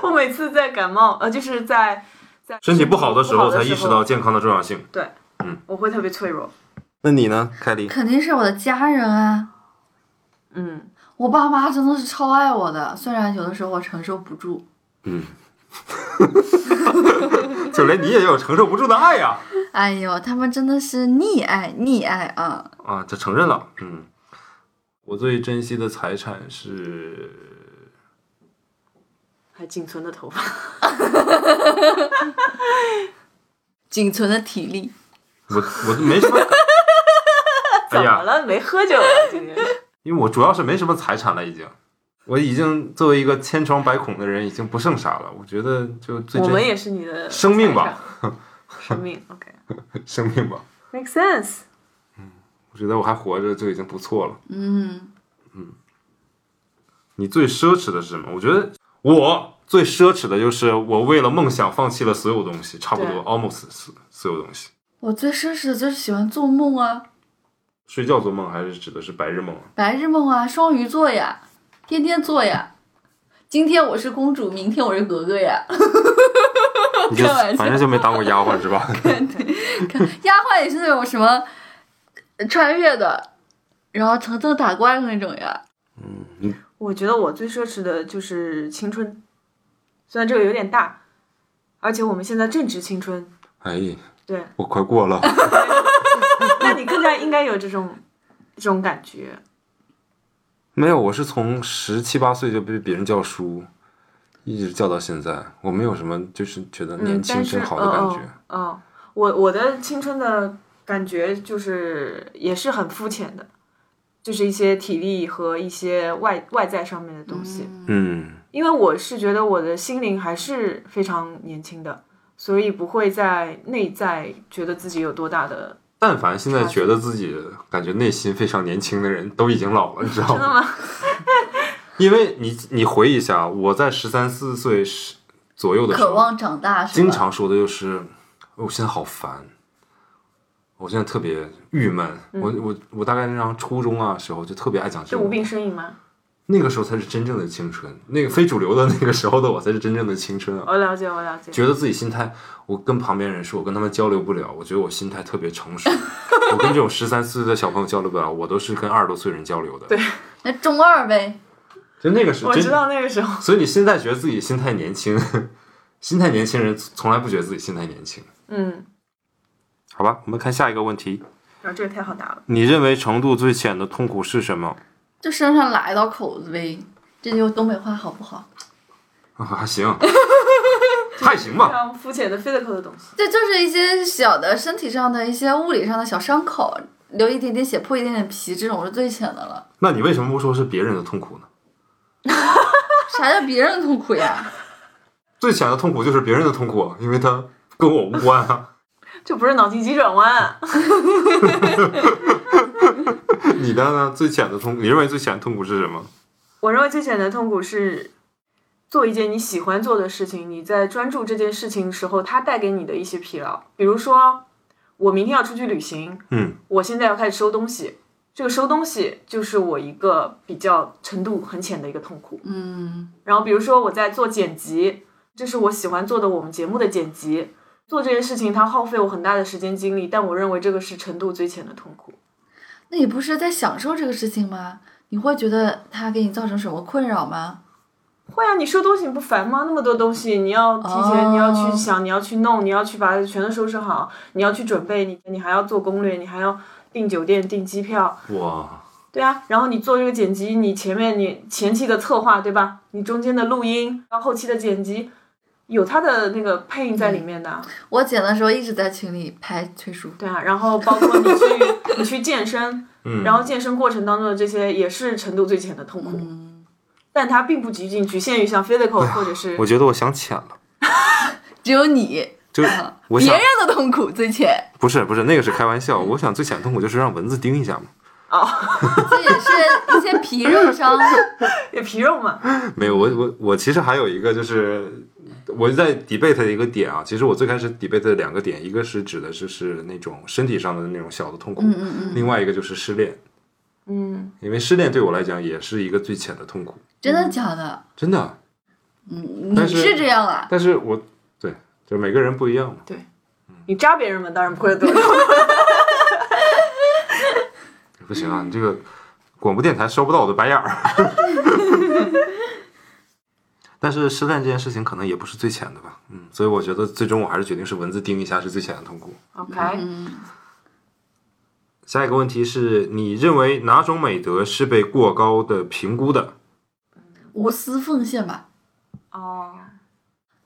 S2: 我每次在感冒，呃，就是在在
S1: 身体不好的时候
S2: 不好
S1: 才意识到健康的重要性。嗯
S2: 我会特别脆弱。
S5: 那你呢，凯莉？
S3: 肯定是我的家人啊，
S2: 嗯，
S3: 我爸妈真的是超爱我的，虽然有的时候我承受不住。
S1: 就连你也有承受不住的爱啊呀、
S3: 哎呦，他们真的是溺爱溺爱啊！
S1: 啊！这承认了，
S5: 嗯，我最珍惜的财产是
S2: 还仅存的头发，
S3: 仅存的体力，
S1: 我我没 什么，哎
S2: 怎么
S1: 呀，
S2: 了？没喝酒了？今天
S1: 因为我主要是没什么财产了，已经，我已经作为一个千疮百孔的人，已经不剩啥了。我觉得就最
S2: 我
S1: 珍
S2: 们也是你的
S1: 生命吧
S2: 财产，生命 OK，make、
S1: 生命吧，
S2: sense。
S1: 我觉得我还活着就已经不错了。
S3: 嗯，
S1: 你最奢侈的是什么？我觉得我最奢侈的就是我为了梦想放弃了所有东西，差不
S2: 对
S1: 多 almost 所所有东西。
S3: 我最奢侈的就是喜欢做梦啊，
S1: 睡觉做梦还是指的是白日梦啊？
S3: 白日梦啊，双鱼座呀，天天做呀。今天我是公主，明天我是格格呀。
S5: 你就
S3: 开玩笑
S5: 反正就没当过丫鬟是 吧？
S3: 丫鬟也是那种什么呃穿越的，然后层层打怪的那种呀。
S2: 我觉得我最奢侈的就是青春，虽然这个有点大，而且我们现在正值青春，
S5: 哎，
S2: 对，
S5: 我快过了。
S2: 那你更加应该有这种这种感觉。
S5: 没有，我是从十七八岁就被别人叫叔，一直叫到现在。我没有什么就是觉得年
S2: 嗯，
S5: 轻
S2: 但是
S5: 真好的感觉。
S2: 嗯、嗯嗯我我的青春的感觉就是也是很肤浅的，就是一些体力和一些外外在上面的东西。
S5: 嗯，
S2: 因为我是觉得我的心灵还是非常年轻的，所以不会在内在觉得自己有多大的。
S1: 但凡现在觉得自己感觉内心非常年轻的人，都已经老了，你知道
S2: 真的
S1: 吗？
S2: 吗？
S1: 因为你你回忆一下，我在十三四岁时左右的时
S3: 渴
S1: 候，
S3: 望长大是吧？
S1: 经常说的就是，哦我现在好烦，我现在特别郁闷。我我我大概那上初中啊时候就特别爱讲这
S2: 嗯就
S1: 种
S2: 无，病呻吟吗？
S1: 那个时候才是真正的青春，那个非主流的那个时候的我才是真正的青春啊。
S2: 我了解，我了解。
S1: 觉得自己心态，我跟旁边人说，我跟他们交流不了，我觉得我心态特别成 熟。我跟这种十三四岁的小朋友交流不了，我都是跟二十多岁人交流的。
S2: 对，
S3: 那中二呗，
S1: 就那个时候，
S2: 我
S1: 真
S2: 知道那个时候，
S1: 所以你现在觉得自己心态年轻，心态年轻人从来不觉得自己心态年轻。
S2: 嗯，
S1: 好吧，我们看下一个问题，
S2: 然后这个太好拿了，
S1: 你认为程度最浅的痛苦是什么？
S3: 就身上来一刀口子呗，这就东北话好不好？
S5: 啊还 行，还行
S2: 非
S5: 吧。
S2: 常肤浅的 physical 的东西。
S3: 这就是一些小的身体上的一些物理上的小伤口，流一点点血、破一点点皮，这种是最浅的了。
S5: 那你为什么不说是别人的痛苦呢？
S3: 啥叫别人痛苦呀？
S5: 最浅的痛苦就是别人的痛
S1: 啊
S5: 苦，因为他跟我无关 啊。
S2: 这不是脑筋急转弯，
S5: 你的呢？最浅的痛，
S1: 你认为最浅的痛苦是什么？
S2: 我认为最浅的痛苦是做一件你喜欢做的事情，你在专注这件事情的时候，它带给你的一些疲劳。比如说，我明天要出去旅行，
S1: 嗯，
S2: 我现在要开始收东西，这个收东西就是我一个比较程度很浅的一个痛苦。
S3: 嗯，
S2: 然后比如说我在做剪辑，这是我喜欢做的我们节目的剪辑，做这件事情它耗费我很大的时间精力，但我认为这个是程度最浅的痛苦。
S3: 那你不是在享受这个事情吗？你会觉得它给你造成什么困扰吗？
S2: 会啊，你收东西你不烦吗？那么多东西，你要提前，
S3: 哦
S2: 你要去想，你要去弄，你要去把它全都收拾好，你要去准备，你你还要做攻略，你还要订酒店、订机票，
S5: 哇，
S2: 对啊，然后你做这个剪辑，你前面你前期的策划对吧？你中间的录音，到后期的剪辑，有它的那个配音在里面的啊，
S3: 我剪的时候一直在群里拍崔叔，
S2: 对啊，然后包括你去你去 健身，
S5: 嗯，
S2: 然后健身过程当中的这些也是程度最浅的痛苦，
S3: 嗯，
S2: 但它并不局限局限于像 physical 或者是
S1: 我觉得我想浅了，
S3: 只有你，
S1: 就我
S3: 嗯别
S1: 想
S3: 人嗯的痛苦最 浅，
S1: 不是不是那个是开玩笑，我想最浅的痛苦就是让蚊子叮一下嘛。
S3: 这也是一些皮肉伤。
S2: 皮肉嘛，
S1: 没有，我我我其实还有一个就是我在 debate 的一个点啊，其实我最开始 debate 的两个点，一个是指的是是那种身体上的那种小的痛苦，
S3: 嗯嗯嗯，
S1: 另外一个就是失恋，
S2: 嗯，
S1: 因为失恋对我来讲也是一个最浅的痛苦，
S3: 真的假的？
S1: 真的。
S3: 嗯，你
S1: 但是
S3: 是这样啊？
S1: 但是我对，就每个人不一样嘛。
S2: 你扎别人嘛，当然不会多。
S1: 不行啊，你这个广播电台收不到我的白眼儿。 但是失恋这件事情可能也不是最浅的吧，嗯，所以我觉得最终我还是决定是蚊子叮一下是最浅的痛苦。
S2: OK，
S3: 嗯，
S1: 下一个问题是你认为哪种美德是被过高的评估的？
S3: 无私奉献吧。
S2: 哦，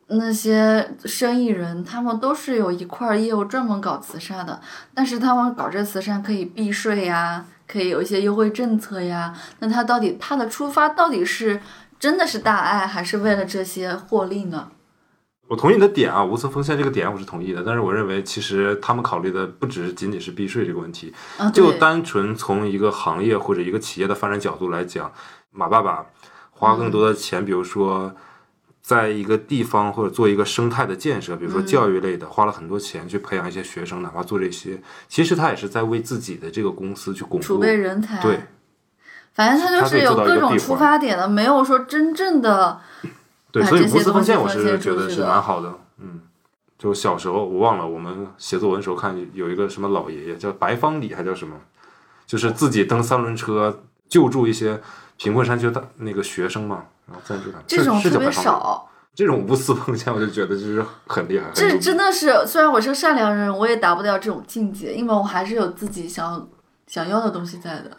S3: 那些生意人，他们都是有一块业务专门搞慈善的，但是他们搞这慈善可以避税呀，可以有一些优惠政策呀。那他到底他的出发到底是真的是大爱，还是为了这些获利呢？
S1: 我同意你的点啊，无私奉献这个点我是同意的，但是我认为其实他们考虑的不只是仅仅是避税这个问题，
S3: 啊，
S1: 就
S3: 对，
S1: 单纯从一个行业或者一个企业的发展角度来讲，马爸爸花更
S3: 嗯
S1: 多的钱，比如说在一个地方或者做一个生态的建设，比如
S3: 嗯
S1: 说教育类的，花了很多钱去培养一些学生，哪怕做这些，其实他也是在为自己的这个公司去巩
S3: 储
S1: 固。
S3: 备人才。
S1: 对，
S3: 反正他就
S1: 他可
S3: 是
S1: 以
S3: 有
S1: 做到一
S3: 各
S1: 个
S3: 种
S1: 闭
S3: 出
S1: 环
S3: 发点的，没有说真正的
S1: 对，
S3: 把
S1: 所以
S3: 这些
S1: 无私
S3: 东
S1: 奉
S3: 西
S1: 献我
S3: 奉
S1: 是
S3: 献
S1: 觉
S3: 出
S1: 得
S3: 去
S1: 是
S3: 的
S1: 蛮好的，嗯。就小时候我忘了，我们写作文时候看有一个什么老爷爷叫白方礼还叫什么，就是自己蹬三轮车救助一些贫困山区的那个学生嘛，然后赞助他们。
S3: 这种
S1: 是是
S3: 特
S1: 叫
S3: 别
S1: 白方礼
S3: 少。
S1: 这种无私奉献，我就觉得就是很厉害。很
S3: 这
S1: 牛逼
S3: 真的是，虽然我是个善良人，我也达不到这种境界，因为我还是有自己想想要的东西在的。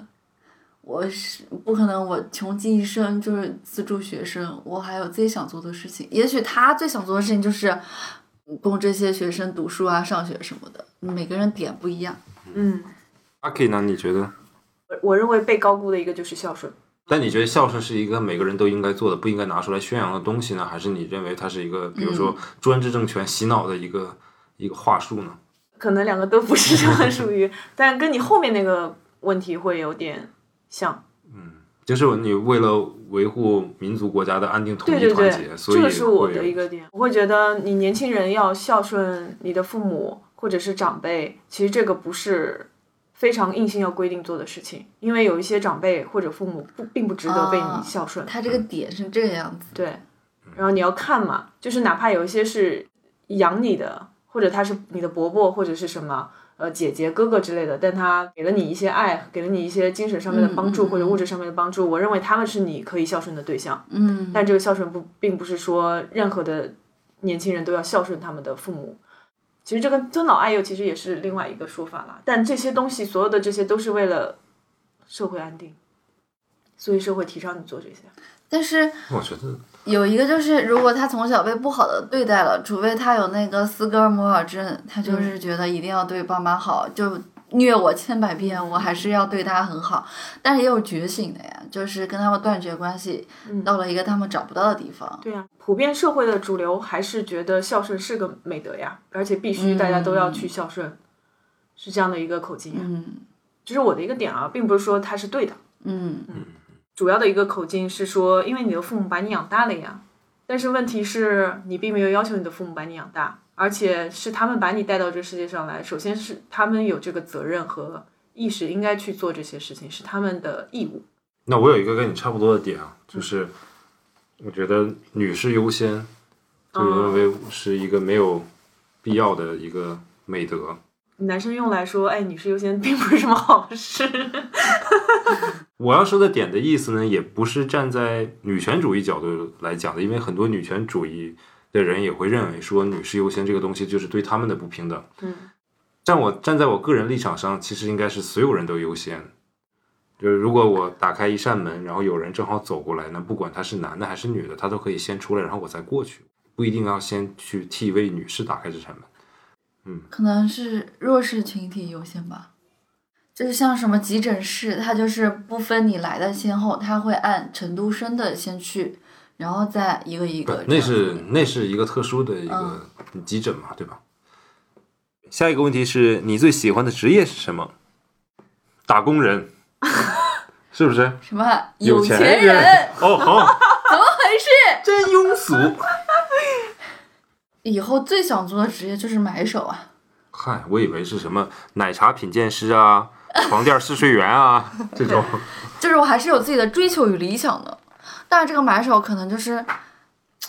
S3: 我是不可能，我穷尽一生就是资助学生，我还有自己想做的事情。也许他最想做的事情就是供这些学生读书啊、上学什么的。每个人点不一样，
S2: 嗯，
S1: 阿 K 呢？你觉得？
S2: 我我认为被高估的一个就是孝顺。
S1: 但你觉得孝顺是一个每个人都应该做的，不应该拿出来宣扬的东西呢？还是你认为它是一个，比如
S3: 嗯
S1: 说专制政权洗脑的一个、一个话术呢？
S2: 可能两个都不是 很属于，但跟你后面那个问题会有点像。
S1: 就是你为了维护民族国家的安定统
S2: 对
S1: 一
S2: 对
S1: 团
S2: 对
S1: 结，，所
S2: 这
S1: 以
S2: 个是我
S1: 会
S2: 的一个点。我会觉得你年轻人要孝顺你的父母或者是长辈，其实这个不是非常硬性要规定做的事情，因为有一些长辈或者父母不并不值得被
S3: 啊
S2: 你孝顺。
S3: 他这个点是这个样子。
S2: 对，然后你要看嘛，就是哪怕有一些是养你的，或者他是你的伯伯或者是什么呃姐姐、哥哥之类的，但他给了你一些爱，给了你一些精神上面的帮助、
S3: 嗯嗯嗯
S2: 或者物质上面的帮助，我认为他们是你可以孝顺的对象。
S3: 嗯，
S2: 但这个孝顺不并不是说任何的年轻人都要孝顺他们的父母。其实这跟尊老爱幼其实也是另外一个说法啦。但这些东西，所有的这些都是为了社会安定，所以社会提倡你做这些。
S3: 但是
S6: 我觉得
S3: 有一个就是，如果他从小被不好的对待了，除非他有那个斯格尔摩尔症，他就是觉得一定要对爸妈好，就虐我千百遍，我还是要对他很好。但是也有觉醒的呀，就是跟他们断绝关系，
S2: 嗯
S3: 到了一个他们找不到的地方。
S2: 对呀、啊普遍社会的主流还是觉得孝顺是个美德呀，而且必须大家都要
S6: 嗯
S2: 去孝顺，是这样的一个口径呀。
S3: 嗯
S2: 这是我的一个点啊，并不是说它是对的。
S3: 嗯
S2: 主要的一个口径是说，因为你的父母把你养大了呀。但是问题是你并没有要求你的父母把你养大，而且是他们把你带到这世界上来。首先是他们有这个责任和意识，应该去做这些事情，是他们的义务。
S6: 那我有一个跟你差不多的点啊，就是我觉得女士优先，就
S2: 嗯
S6: 我认为是一个没有必要的一个美德。
S2: 男生用来说，哎，女士优先并不是什么好事。
S6: 我要说的点的意思呢，也不是站在女权主义角度来讲的，因为很多女权主义的人也会认为说女士优先这个东西就是对他们的不平等。
S2: 嗯
S6: 站我站在我个人立场上，其实应该是所有人都优先。就是如果我打开一扇门，然后有人正好走过来，那不管他是男的还是女的，他都可以先出来，然后我再过去，不一定要先去替一位女士打开这扇门。
S3: 可能是弱势群体优先吧。就是像什么急诊室，它就是不分你来的先后，它会按程度深的先去，然后再一个一
S6: 不
S3: 个。
S6: 那是那是一个特殊的一个
S3: 嗯
S6: 急诊嘛，对吧？
S1: 下一个问题是你最喜欢的职业是什么？打工 人，是不是？
S3: 什么
S1: 有
S3: 钱
S1: 人
S3: 人？
S1: 哦， 好，
S3: 回事？
S1: 真庸俗。
S3: 以后最想做的职业就是买手啊！
S6: 嗨，我以为是什
S1: 什
S6: 么
S1: 么奶茶品鉴师啊，床垫试睡员啊，
S6: 这 种，
S3: 就是我还是有自己的追求与理想的，但是这个买手可能就是，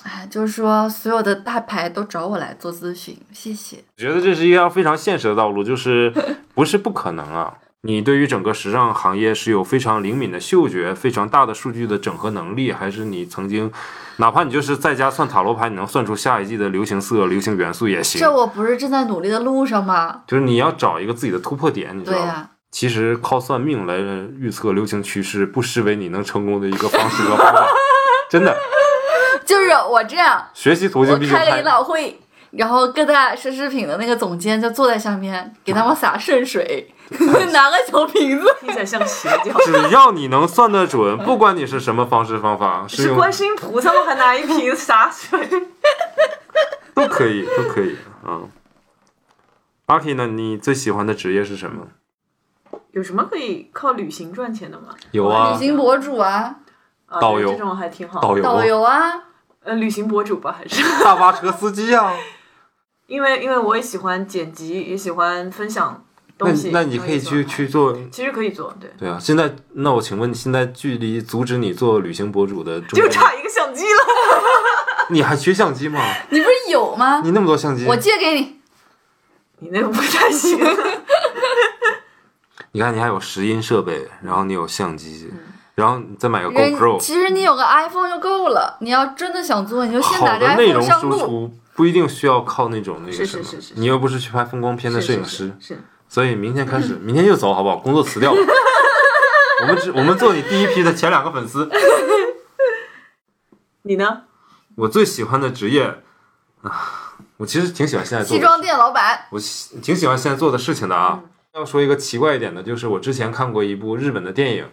S3: 哎，就是说所有的大牌都找我来做咨询，谢谢。
S1: 觉得这是一条非常现实的道路，就是不是不可能啊。你对于整个时尚行业是有非常灵敏的嗅觉，非常大的数据的整合能力，还是你曾经，哪怕你就是在家算塔罗牌，你能算出下一季的流行色、流行元素也行
S3: 这。我不是正在努力的路上吗？
S1: 就是你要找一个自己的突破点，你知
S3: 对啊
S1: 道
S3: 呀、
S1: 吗？其实靠算命来预测流行趋势，不失为你能成功的一个方式和方法。 真的，
S3: 就是我这样，
S1: 学习途
S3: 我
S1: 径必须
S3: 开了
S1: 开
S3: 研。讨会，然后各大奢侈品的那个总监就坐在下面，给他们洒圣水， 拿个小瓶子。
S2: 听起来像邪教。
S1: 只要你能算得准，不管你是什么方式方法， 是
S2: 是
S1: 用
S2: 观世音菩萨吗？还拿一瓶洒水？
S1: 都可以， 都可以。嗯，阿 K 呢？你最喜欢的职业是什么？
S2: 有什么可以靠旅行赚钱的吗？
S1: 有
S3: 旅行博主啊，
S2: 啊，
S1: 导
S2: 对
S1: 游
S2: 这种还挺好。
S1: 导游、
S3: 导游啊，
S2: 呃，旅行博主吧，还是。
S1: 大巴车司机啊。
S2: 因为因为我也喜欢剪辑，也喜欢分享
S1: 那
S2: 东西。
S1: 那你可以去
S2: 做，
S1: 去做。
S2: 其实可以做，对，
S1: 对啊，现在那我请问，现在距离阻止你做旅行博主的中
S2: 就
S1: 间，
S2: 差一个相机了。
S1: 你还缺相机吗？
S3: 你不是有吗？
S1: 你那么多相机，
S3: 我借给你。
S2: 你那个不 太行。
S1: 你看你还有拾音设备，然后你有相机，然后你再买个
S3: 人
S1: GoPro，
S3: 其实你有个 iPhone 就够了。你要真的想做，你就先拿
S1: 好
S3: 着
S1: 的内
S3: iPhone
S1: 容
S3: 上
S1: 输
S3: 路。
S1: 出不一定需要靠那种那个
S2: 是
S1: 什么，
S2: 是是是
S1: 你又不是去拍风光片的摄影师，
S2: 是是是
S1: 所以明天开始，明天就走好不好？工作辞掉吧。我们只我们做你第一批的前两个粉丝。
S2: 你呢？
S1: 我最喜欢的职业啊，我其实挺喜欢现在做
S3: 西
S1: 的
S3: 装店老板，
S1: 我喜挺喜欢现在做的事情的啊。
S2: 嗯
S1: 要说一个奇怪一点的，就是我之前看过一部日本的电影，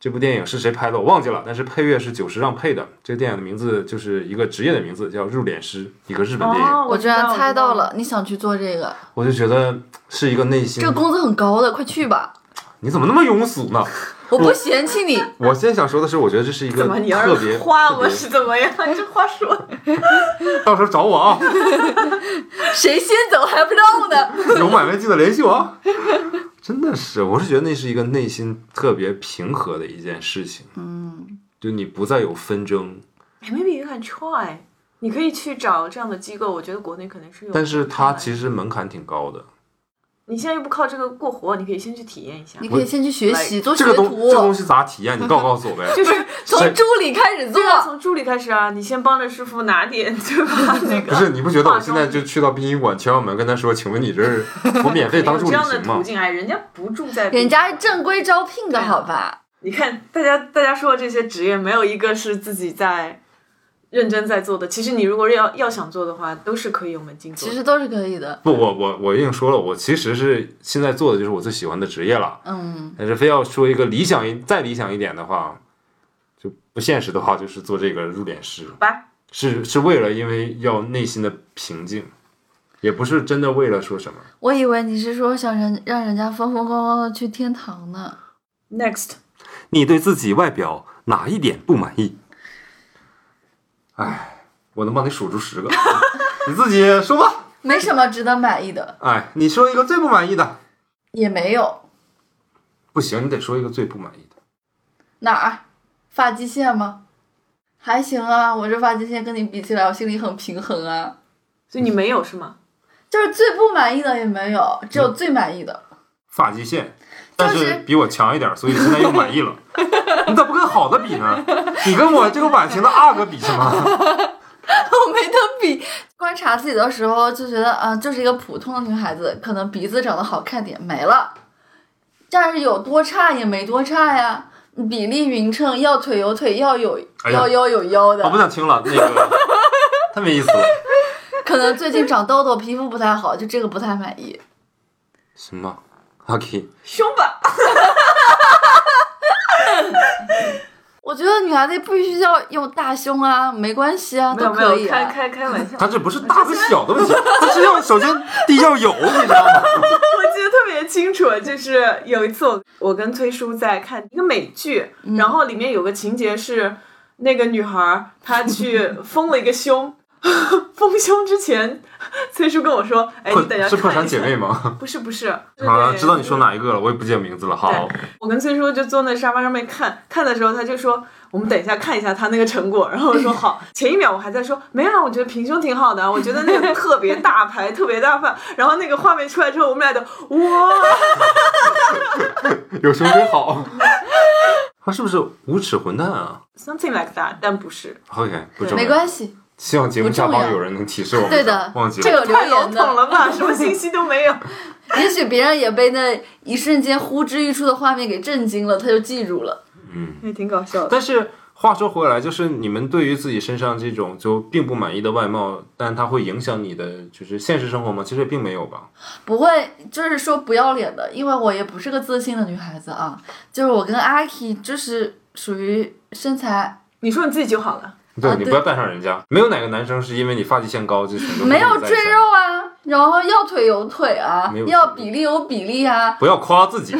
S1: 这部电影是谁拍的我忘记了，但是配乐是久石让配的。这个电影的名字就是一个职业的名字，叫《入殓师》，一个日本电影。
S2: 哦，
S3: 我居
S2: 知道
S3: 然猜到。
S2: 我知道
S3: 了，你想去做这个，
S1: 我就觉得是一个内心
S3: 这个，工资很高的，快去吧。
S1: 你怎么那么庸俗呢？
S3: 我不嫌弃你，
S1: 我现在想说的是，我觉得这是一个
S2: 怎么你要
S1: 特别
S2: 是花
S1: 特
S2: 我
S1: 别
S2: 是怎么样？这话 说的，
S1: 到时候找我 啊，
S3: 谁先走还不知道呢。
S1: 有买卖记得联系我啊。真的是，我是觉得那是一个内心特别平和的一件事情，
S3: 嗯，
S1: 就你不再有纷争，
S2: 哎，maybe you can try。你可以去找这样的机构，我觉得国内肯定是有。
S1: 但是它其实门槛挺高的。
S2: 你现在又不靠这个过活，你可以先去体验一下
S3: 你。可以先去学习做
S1: 这
S3: 学
S1: 个东
S3: 徒
S1: 这，个东西哎咋体验？你告告诉我呗。
S2: 就是
S3: 从助理开始做
S2: 对。啊，从助理开始啊，你先帮着师傅拿点， 对吧？那个
S1: 不是，你不觉得我现在就去到殡仪馆敲敲门，跟他说：“请问你这儿我免费
S2: 没
S1: 当
S2: 有
S1: 助
S2: 这
S1: 理
S2: 样的
S1: 行吗
S2: 途径哎，人家不住在宾
S3: 人家是
S2: 馆
S3: 正规招聘的
S1: 哎
S2: 对啊
S3: 好吧？
S2: 你看大家大家说的这些职业，没有一个是自己在认真在做的。其实你如果要要想做的话，都是可以有门禁做
S3: 其
S2: 的。
S3: 实都是可以的？”。
S1: 不，我我我已经说了，我其实是现在做的就是我最喜欢的职业了。
S3: 嗯，
S1: 但是非要说一个理想一再理想一点的话，就不现实的话，就是做这个入殓师
S2: 吧，
S1: 是是为了因为要内心的平静，也不是真的为了说什么。
S3: 我以为你是说想人让人家风风光光的去天堂呢。
S2: Next，
S5: 你对自己外表哪一点不满意？
S1: 我能帮你数出十个， 你自己说吧。
S3: 没什么值得满意的，
S1: 哎，你说一个最不满意的，
S3: 也没有
S1: 不行，你得说一个最不满意的。
S3: 哪儿，发际线吗？还行啊，我这发际线跟你比起来，我心里很平衡啊。
S2: 所以你没有是吗？
S3: 就是最不满意的也没有，只
S1: 嗯
S3: 有最满意的。
S1: 发际线，但
S3: 就是
S1: 是比我强一点，所以现在又满意了。 你咋不跟好的比呢？你跟我这个晚晴的阿哥比什么？
S3: 我没得比。观察自己的时候就觉得，啊、就是一个普通的女孩子，可能鼻子长得好看点没了，但是有多差也没多差呀。比例匀称，要腿有腿，要有
S1: 哎呀
S3: 要腰有腰的。
S1: 我不想听了，那个太没意思了。
S3: 可能最近长痘痘，皮肤不太好，就这个不太满意。
S5: 什么？阿 K，
S2: 凶吧，
S3: 我觉得女孩子不需要用大胸啊，没关系啊，
S2: 没
S3: 都
S2: 有没
S3: 可
S2: 有，
S3: 以、
S2: 开
S3: 啊。
S2: 开开玩笑。
S1: 他这不是大和小的问题，他是要首先第一要有，你知道吗？
S2: 我记得特别清楚，就是有一次我我跟崔叔在看一个美剧，
S1: 嗯
S2: 然后里面有个情节是那个女孩儿她去丰了一个胸， 丰胸之前，崔叔跟我说：“哎，你等一下
S1: 是破
S2: 看
S1: 产
S2: 一
S1: 姐
S2: 下。
S1: 妹吗？”
S2: 不是不是，
S1: 啊，
S2: 对
S1: 知道你说哪一个了，我也不记得名字了。好，
S2: 我跟崔叔就坐在沙发上面看，看的时候他就说：“我们等一下看一下他那个成果。”然 后我说：“好。”前一秒我还在说：“没有啊，我觉得平胸挺好的啊，我觉得那个特别大牌，特别大范。”然后那个画面出来之后，我们俩就哇，
S1: 有熊真好。他是不是无耻混蛋啊
S2: something like that，但不是。
S1: ？OK，不重
S3: 没
S1: 要。
S3: 关系，
S1: 希望节目下
S3: 不重
S1: 方
S3: 要
S1: 有人能提示我们。
S3: 对的
S1: 忘记，
S3: 这
S1: 了。
S3: 有留
S2: 太笼
S3: 言
S2: 统
S3: 的，
S2: 了 吧？什么信息都没有。
S3: 也许别人也被那一瞬间呼之欲出的画面给震惊了，他就记住了。
S1: 嗯，
S2: 也挺搞笑的。
S1: 但是话说回来，就是你们对于自己身上这种就并不满意的外貌，但它会影响你的就是现实生活吗？其实并没有吧。
S3: 不会，就是说不要脸的，因为我也不是个自信的女孩子啊。就是我跟阿 K 就是属于身材
S2: 你说你自己就好了。
S1: 对
S3: 啊
S1: 你
S3: 对
S1: 不要带上人家，没有哪个男生是因为你发际线高就全都
S3: 没有
S1: 跟你在一起
S3: 赘肉啊，然后要腿有腿啊
S1: 没有，
S3: 要
S1: 赘肉
S3: 比例有比例啊，
S1: 不要夸自己。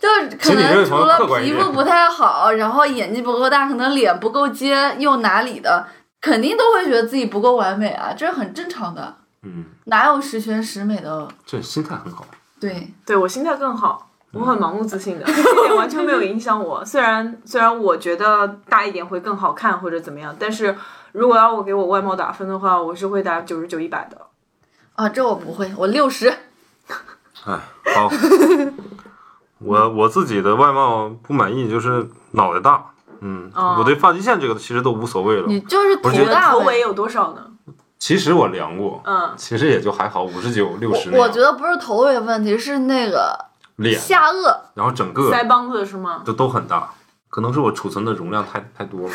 S3: 就是可
S1: 请你这位
S3: 能除
S1: 朋友客
S3: 了
S1: 观一
S3: 皮
S1: 点
S3: 肤不太好，然后眼睛不够大，可能脸不够尖，又哪里的，肯定都会觉得自己不够完美啊，这是很正常的，
S1: 嗯，
S3: 哪有十全十美的？
S1: 这心态很好。
S3: 对，
S2: 对我心态更好，我很盲目自 信的，这点完全没有影响我。虽然虽然我觉得大一点会更好看或者怎么样，但是如果要我给我外貌打分的话，我是会打九十九一百的。
S3: 啊，这我不会，我六十，
S1: 哦
S5: 哎，好，我我自己的外貌不满意就是脑袋大，嗯，
S2: 哦
S5: 我对发际线这个其实都无所谓了。
S3: 你就是头
S1: 我
S2: 你
S1: 觉得
S2: 们
S3: 大
S2: 头
S3: 呗
S2: 围有多少呢？
S1: 其实我量过，
S2: 嗯，
S1: 其实也就还好，五十九、六十。啊哎
S3: 我我觉得不是头围的问题，是那个
S1: 脸，
S3: 下颚。
S1: 然后整个
S2: 腮帮子是吗？
S1: 都都很大，可能是我储存的容量太太 多了，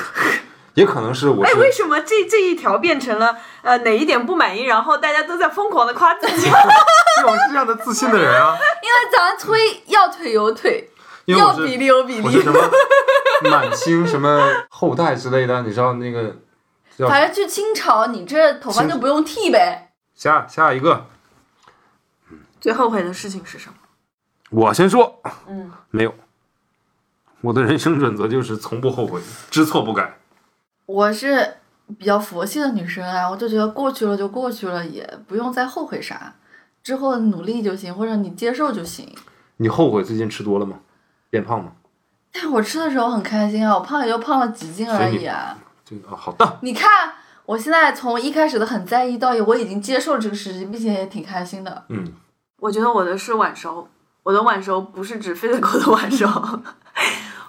S1: 也可能是我
S2: 哎，为
S1: 是
S2: 什么这这一条变成了呃哪一点不满意，然后大家都在疯狂的夸自己？
S1: 因为我是这样的自信的人 啊，
S3: 那咱推要腿有腿，
S1: 因为我
S3: 要
S1: 是
S3: 比例有比
S1: 我是什
S3: 例，
S1: 么 满清什么后代之类的，你知道那个叫
S3: 反正去清朝，你这头发
S1: 清
S3: 就不用剃呗。
S1: 下下一个，
S2: 最后悔的事情是什么？
S5: 我先说，
S2: 嗯，
S5: 没有，我的人生准则就
S1: 就是是从不后悔，知错不改。
S3: 我是比较佛系的女生啊，我就觉得过去了就过去了，也不用再后悔啥，之后努力就行，或者你接受就行。
S1: 你后悔最近吃多了吗？变胖吗？
S3: 但我吃的时候很开心啊，我胖也就胖了几斤而已啊。
S1: 就哦，好的，
S3: 你看，我现在从一开始的很在意到我已经接受了这个事情，并且也挺开心的。
S1: 嗯，
S2: 我觉得我的是晚熟，我的晚熟不是指 physical 的晚熟，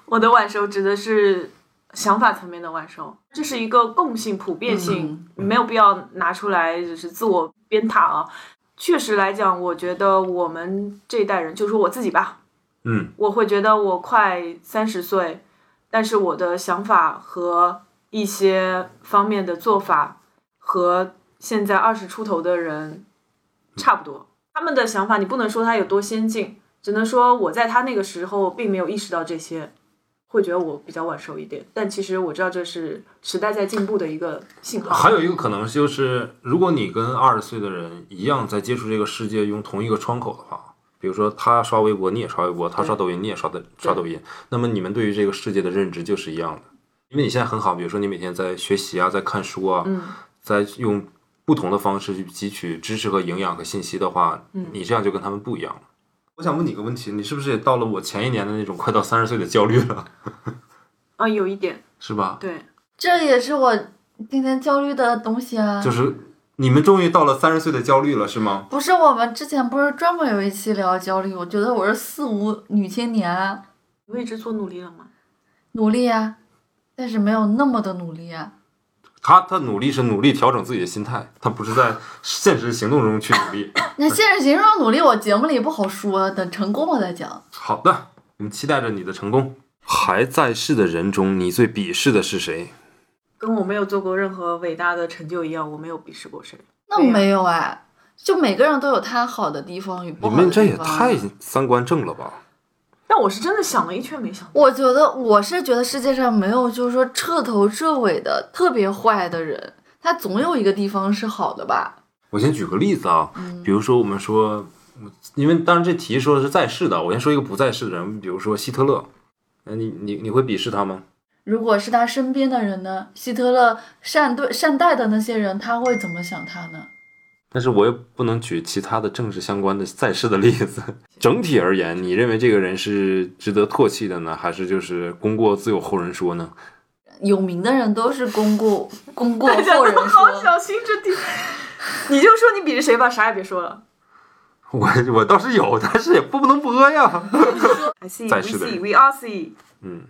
S2: 我的晚熟指的是想法层面的晚熟，这是一个共性、普
S3: 嗯
S2: 遍性，没有必要拿出来就是自我鞭挞啊。确实来讲，我觉得我们这一代人，就说我自己吧，
S1: 嗯，
S2: 我会觉得我快三十岁，但是我的想法和一些方面的做法和现在二十出头的人差不多。他们的想法你不能说他有多先进，只能说我在他那个时候并没有意识到这些，会觉得我比较晚熟一点。但其实我知道这是时代在进步的一个信号。
S1: 还有一个可能就是，如果你跟二十岁的人一样在接触这个世界，用同一个窗口的话，比如说他刷微博，你也刷微博；他刷抖音，你也刷的刷抖音。那么你们对于这个世界的认知就是一样的，因为你现在很好，比如说你每天在学习啊，在看书啊，
S2: 嗯
S1: 在用不同的方式去汲取知识和营养和信息的话，你这样就跟他们不一样了。我想问你个问题，你是不是也到了我前一年的那种快到三十岁的焦虑了，
S2: 啊，有一点
S1: 是吧？
S2: 对，
S3: 这也是我天天焦虑的东西啊。
S1: 就是你们终于到了三十岁的焦虑了，是吗？
S3: 不是我们之前不是专门有一期聊焦虑？我觉得我是四无女青年啊，
S2: 你为之做努力了吗？
S3: 努力啊，但是没有那么的努力啊。
S1: 他他努力是努力调整自己的心态，他不是在现实行动中去努力。
S3: 那现实形中努力，我节目里不好说，等成功了再讲。
S1: 好的，我们期待着你的成功。
S5: 还在世的人中，你最鄙视的是谁？
S2: 跟我没有做过任何伟大的成就一样，我没有鄙视过谁。
S3: 那
S2: 对呀
S3: 没有哎，就每个人都有他好的地方与不
S5: 你
S3: 好的地
S5: 们
S3: 方。
S5: 这也太三观正了吧！
S2: 但我是真的想了一圈没想到，
S3: 我觉得我是觉得世界上没有就是说彻头彻尾的特别坏的人，他总有一个地方是好的吧？
S1: 我先举个例子啊，
S3: 嗯
S1: 比如说我们说，因为当然这题说的是在世的，我先说一个不在世的人，比如说希特勒，呃你你你会鄙视他吗？
S3: 如果是他身边的人呢，希特勒善对善待的那些人，他会怎么想他呢？
S5: 但是我又不能举其他的政治相关的在世的例子。整体而言，你认为这个人是值得唾弃的呢，还是就是功过自有后人说呢？
S3: 有名的人都是功过功过后
S2: 我
S3: 人
S2: 好
S3: 说，
S2: 小心这地， 你就说你鄙视谁吧，啥也别说了。
S1: 我我倒是有，但是也不能播呀。
S2: I see,
S1: 在
S2: we
S1: 世的
S2: see,
S1: 人
S2: we all see。
S1: 嗯，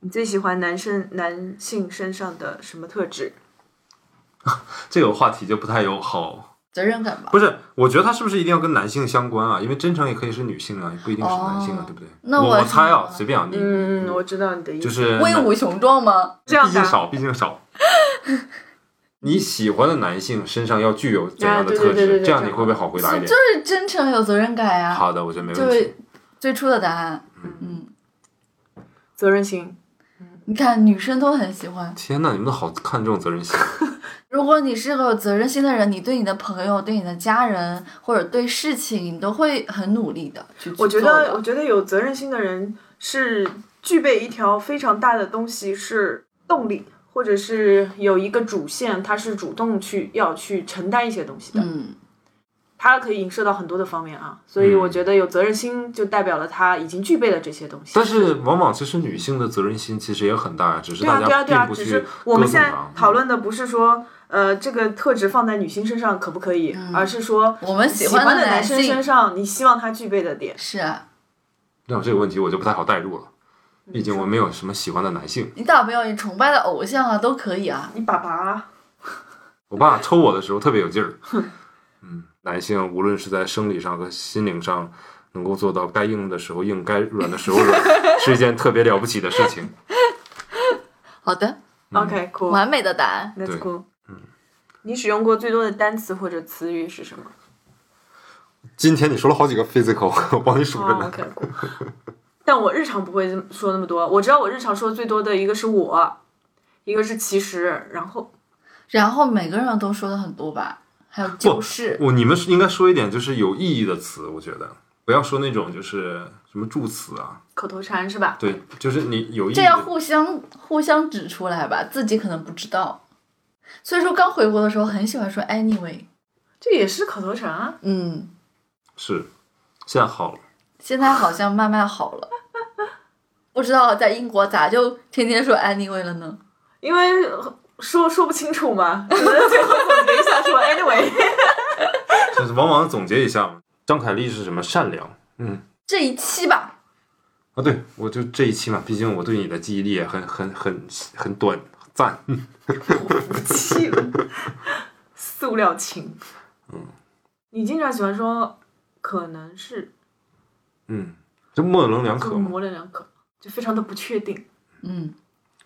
S2: 你最喜欢男生男性身上的什么特质？
S1: 这个话题就不太友好。
S3: 责任感吧。
S1: 不是，我觉得他是不是一定要跟男性相关啊？因为真诚也可以是女性啊，也不一定是男性啊，
S3: 哦
S1: 对不对？
S3: 那
S1: 我
S3: 我
S1: 猜啊，
S3: 是
S1: 随便啊，你
S2: 嗯，我知道你的意思。
S1: 就是
S3: 威
S1: 男
S3: 武雄壮吗？
S2: 这样
S1: 毕
S2: 的
S1: 竟少，毕竟 少。你喜欢的男性身上要具有怎样的
S2: 啊对对
S1: 特
S2: 对对
S1: 质？
S2: 对
S1: 这样你会不会好回答一点
S3: 就？是真诚有责任感呀、
S1: 好的，我觉得没问
S3: 就
S1: 题
S3: 是。最初的答案。嗯，
S2: 责任心。
S3: 你看女生都很喜欢。
S1: 天哪，你们都好看重责任心。
S3: 如果你是个有责任心的人，你对你的朋友、对你的家人或者对事情，你都会很努力的去去
S2: 我觉
S3: 做
S2: 得，
S3: 的
S2: 我觉得有责任心的人是具备一条非常大的东西，是动力，或者是有一个主线，他是主动去要去承担一些东西的。
S3: 嗯，
S2: 他可以影射到很多的方面啊，所
S1: 嗯
S2: 以我觉得有责任心就代表了他已经具备了这些东西。
S1: 但是往往其实女性的责任心其实也很大呀，只是
S2: 对啊，
S1: 大
S2: 对啊，
S1: 家
S2: 对
S1: 并
S2: 啊，
S1: 不
S2: 只
S1: 去
S2: 是我
S1: 歌
S2: 们
S1: 颂
S2: 现在
S1: 它。
S2: 讨论的不是说，呃，这个特质放在女性身上可不可以，而是说
S3: 我们
S2: 喜
S3: 嗯喜欢的
S2: 的
S3: 男
S2: 生
S3: 性
S2: 身上，你希望他具备的点。
S3: 是啊
S1: 那我这个问题我就不太好代入了，
S2: 嗯
S1: 毕竟我没有什么喜欢的男性。
S3: 你打朋友、你崇拜的偶像啊，都可以啊。
S2: 你爸爸，
S1: 我爸抽我的时候特别有劲儿。嗯，男性无论是在生理上和心灵上，能够做到该硬的时候硬，该软的时候软，是一件特别了不起的事情。
S3: 好的，
S2: OK，cool，that's
S3: 完美的答案。
S1: 嗯对
S2: cool。嗯，你使用过最多的单词或者词语是什么？
S1: 今天你说了好几个 physical，我 帮你数着
S2: 啊
S1: 呢。
S2: ，OK，cool。但我日常不会这么说那么多，我知道我日常说的最多的一个是我，一个是其实，然后
S3: 然后每个人都说的很多吧，还有就是，
S1: 我你们是应该说一点就是有意义的词，我觉得不要说那种就是什么助词啊，
S2: 口头禅是吧？
S1: 对，就是你有意义
S3: 这要
S1: 的。
S3: 互相互相指出来吧，自己可能不知道。所以说，刚回国的时候很喜欢说哎 anyway。
S2: 这也是口头禅啊。
S3: 嗯，
S1: 是，现在好了，
S3: 现在好像慢慢好了。不知道在英国咋就天天说 anyway 了呢？
S2: 因为呃说说不清楚嘛，只能最后总结一下说 anyway。
S1: 就是往往总结一下嘛。张凯丽是什么？善良。嗯
S3: 这一期吧，
S1: 啊，对，我就这一期嘛，毕竟我对你的记忆力也很很很很短，赞。
S2: 气了，塑料情。嗯，你经常喜欢说可能是，
S1: 嗯，这模棱两
S2: 就
S1: 可
S2: 是
S1: 嘛，
S2: 模棱两可，就非常的不确定。
S3: 嗯，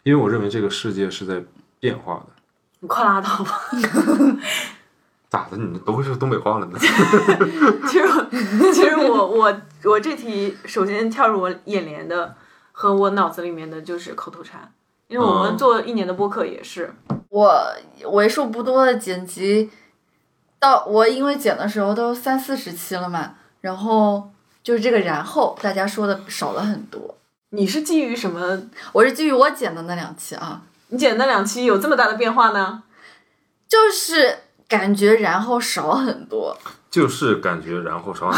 S1: 因为我认为这个世界是在变化的。
S2: 你快拉倒吧！
S1: 咋的？你都会说东北话了呢？
S2: 其实我，其实我我我这题首先跳入我眼帘的和我脑子里面的就是口头禅，因为我们
S1: 嗯
S2: 做一年的播客也是，
S3: 我为数不多的剪辑，到我因为剪的时候都三四十期了嘛，然后就是这个然后大家说的少了很多。
S2: 你是基于什么？
S3: 我是基于我剪的那两期啊，
S2: 你剪的那两期有这么大的变化呢？
S3: 就是感觉然后少很多，
S1: 就是感觉，然后啥？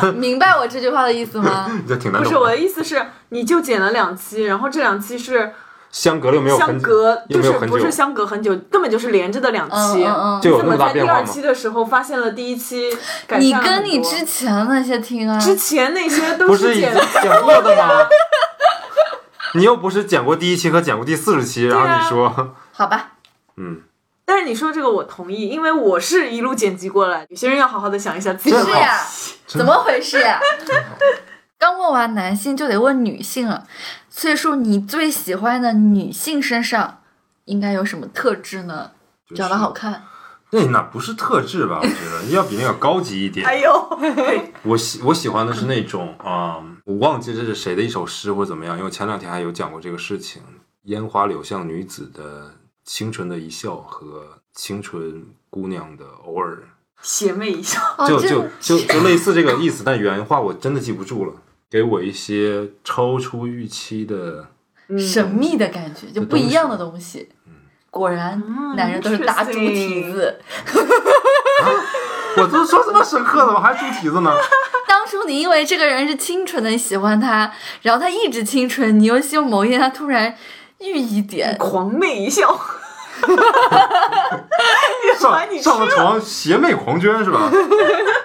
S1: 挺
S3: 明白我这句话的意 思吗？
S1: 这挺难懂
S2: 不
S1: 的。
S2: 是我的意思是，你就剪了两期，然后这两期是
S1: 相隔了又没有
S2: 相
S1: 很久，
S2: 隔，
S1: 又
S2: 就
S1: 没
S2: 是
S1: 有很
S2: 不
S1: 久
S2: 是，相隔很久，根本就是连着的两
S3: 嗯
S2: 期。
S3: 嗯
S1: 就
S3: 嗯，
S1: 有
S2: 怎
S1: 那么
S2: 么
S1: 大
S2: 在
S1: 变
S2: 第
S1: 化
S2: 二
S1: 吗
S2: 期？的时候发现了第一期？改
S3: 你
S2: 善了
S3: 跟
S2: 很
S3: 你
S2: 多
S3: 之前那些听啊，
S2: 之前那些都
S1: 不是已
S2: 剪
S1: 经讲过的吗？ 你又不是讲过第一期和讲过第四十期，然后你说，
S3: 好吧，
S1: 嗯，
S2: 但是你说这个我同意，因为我是一路剪辑过来。有些人要好好的想一想自己
S1: 真
S3: 是啊
S1: 好
S3: 呀，
S1: 真
S3: 怎么回事呀？ 刚问完男性就得问女性了，所以说你最喜欢的女性身上应该有什么特质呢？
S1: 就是
S3: 长得好看，
S1: 那哪不是特质吧？我觉得要比那个高级一点。
S2: 哎呦，
S1: 我喜我喜欢的是那种啊、嗯我忘记这是谁的一首诗或者怎么样，因为前两天还有讲过这个事情。烟花柳巷女子的清纯的一笑和清纯姑娘的偶尔，
S2: 邪魅一笑，
S3: 哦，
S1: 就
S3: 这
S1: 就就就类似 这个意思，但原话我真的记不住了。给我一些超出预期的，
S2: 嗯
S3: 神秘的感觉，就不一样的东西。果然，
S2: 嗯
S3: 男人都是大猪蹄子。
S1: 我都说这么深刻了，我还猪蹄子呢。
S3: 当初你因为这个人是清纯的，你喜欢他，然后他一直清纯，你又希望某一天他突然遇一点，
S2: 狂魅一笑， 原来
S1: 上
S2: 你
S1: 上了床，邪魅狂狷是吧？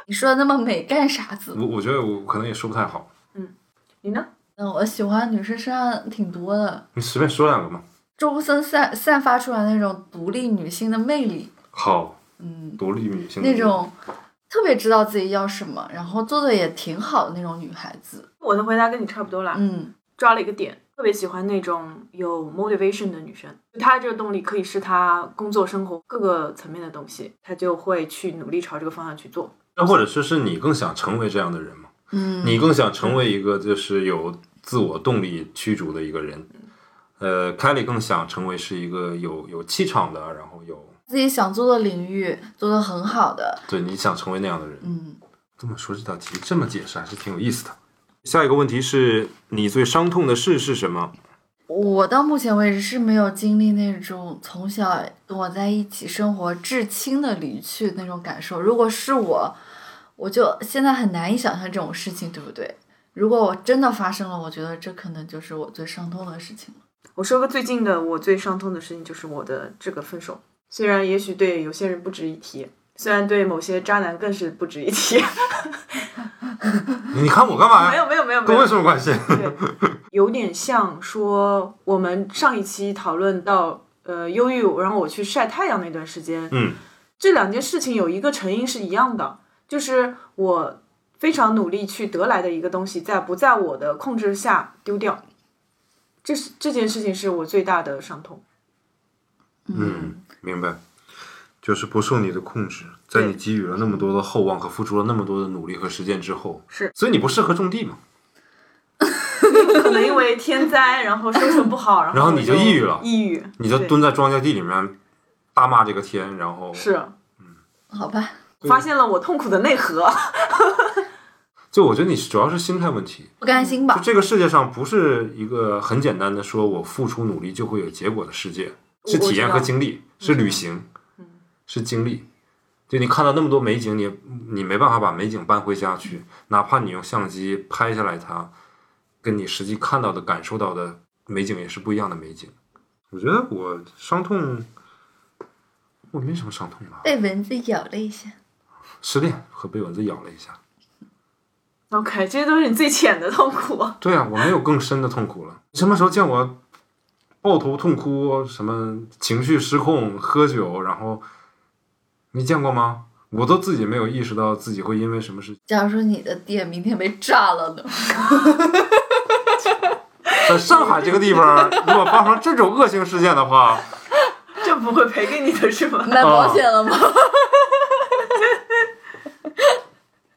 S3: 你说的那么美干啥子？
S1: 我我觉得我可能也说不太好，
S2: 你呢？
S3: 嗯，我喜欢女生身上挺多的，
S1: 你随便说两个嘛。
S3: 周深散散发出来那种独立女性的魅力，
S1: 好，
S3: 嗯，
S1: 独立女性
S3: 那种特别知道自己要什么，然后做的也挺好的那种女孩子，
S2: 我的回答跟你差不多啦，
S3: 嗯，
S2: 抓了一个点，特别喜欢那种有 motivation 的女生，她这个动力可以是她工作、生活各个层面的东西，她就会去努力朝这个方向去做。
S1: 那或者说是你更想成为这样的人吗？
S3: 嗯
S1: 你更想成为一个就是有自我动力驱逐的一个人？呃，凯里更想成为是一个有有气场的，然后有
S3: 自己想做的领域做的很好的，
S1: 对你想成为那样的人。
S3: 嗯。
S1: 这么说这道题这么解释还是挺有意思的。下一个问题是你最伤痛的事是什么？
S3: 我到目前为止是没有经历那种从小跟我在一起生活至亲的离去那种感受。如果是我，我就现在很难以想象这种事情，对不对？如果我真的发生了，我觉得这可能就是我最伤痛的事情了。
S2: 我说个最近的我最伤痛的事情，就是我的这个分手。虽然也许对有些人不值一提，虽然对某些渣男更是不值一提。
S1: 啊你看我干嘛
S2: 没
S1: 呀？
S2: 有没有没有没
S1: 跟我有，
S2: 有
S1: 什么关系？
S2: 对，有点像说我们上一期讨论到呃忧郁，然后我去晒太阳那段时间，
S1: 嗯，
S2: 这两件事情有一个成因是一样的，就是我非常努力去得来的一个东西，在不在我的控制下丢掉，这是这件事情是我最大的伤痛。
S1: 嗯，明白，就是不受你的控制，在你
S2: 对
S1: 给予了那么多的厚望和付出了那么多的努力和实践之后，
S2: 是，
S1: 所以你不适合种地嘛？
S2: 可能因为天灾，然后收成不好，然后
S1: 然后
S2: 我
S1: 你就抑郁了
S2: 抑郁，
S1: 你就
S2: 对
S1: 蹲在庄稼地里面大骂这个天，然后
S2: 是
S3: 好吧，
S2: 发现了我痛苦的内核。
S1: 就我觉得你主要是心态问题。
S3: 不甘心
S1: 就
S3: 吧？
S1: 这个世界上不是一个很简单的说我付出努力就会有结果的世界，
S2: 我
S1: 是体验
S2: 我知道嗯
S1: 和经历，是旅行，是经历。就你看到那么多美景，你你没办法把美景搬回家去，哪怕你用相机拍下来它，跟你实际看到的、感受到的美景也是不一样的美景。我觉得我伤痛，我没什么伤痛吧，
S3: 被蚊子咬了一下，
S1: 失恋和被蚊子咬了一下，
S2: OK，这些都是你最浅的痛苦。
S1: 对啊，我没有更深的痛苦了。什么时候见我抱头痛哭，什么情绪失控、喝酒，然后你见过吗？我都自己没有意识到自己会因为什么事情，
S3: 假如说你的店明天被炸了呢？
S1: 在上海这个地 方，如果发生这种恶性事件的话，
S2: 这不会赔给你的是吗？
S3: 买保险了吗？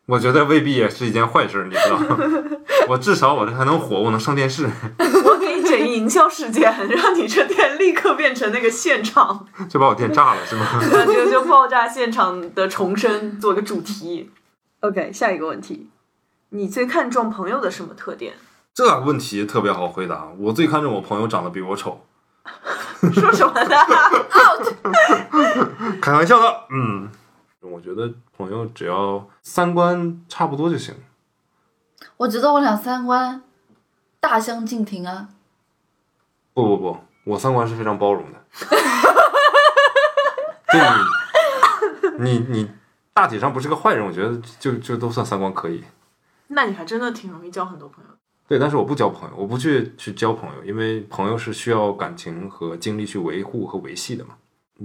S1: 我觉得未必也是一件坏事，你知道吗？ 我至少我这还能火，我能上电视，
S2: 我给你整一营销事件，让你这店立刻变成那个现场，
S1: 就把我店炸了是吗？
S2: 然后这个就爆炸现场的重生做个主题。OK，下一个问题，你最看重朋友的什么特点？
S1: 这个问题特别好回答。我最看重我朋友长得比我丑，
S2: 说什么呢？
S1: 开玩笑的。嗯，我觉得朋友只要三观差不多就行。
S3: 我觉得我俩三观大相径庭啊。
S1: 不不不，我三观是非常包容的。对你，你你大体上不是个坏人，我觉得就就都算三观可以。
S2: 那你还真的挺容易交很多朋友的。
S1: 对，但是我不交朋友，我不去去交朋友，因为朋友是需要感情和精力去维护和维系的嘛。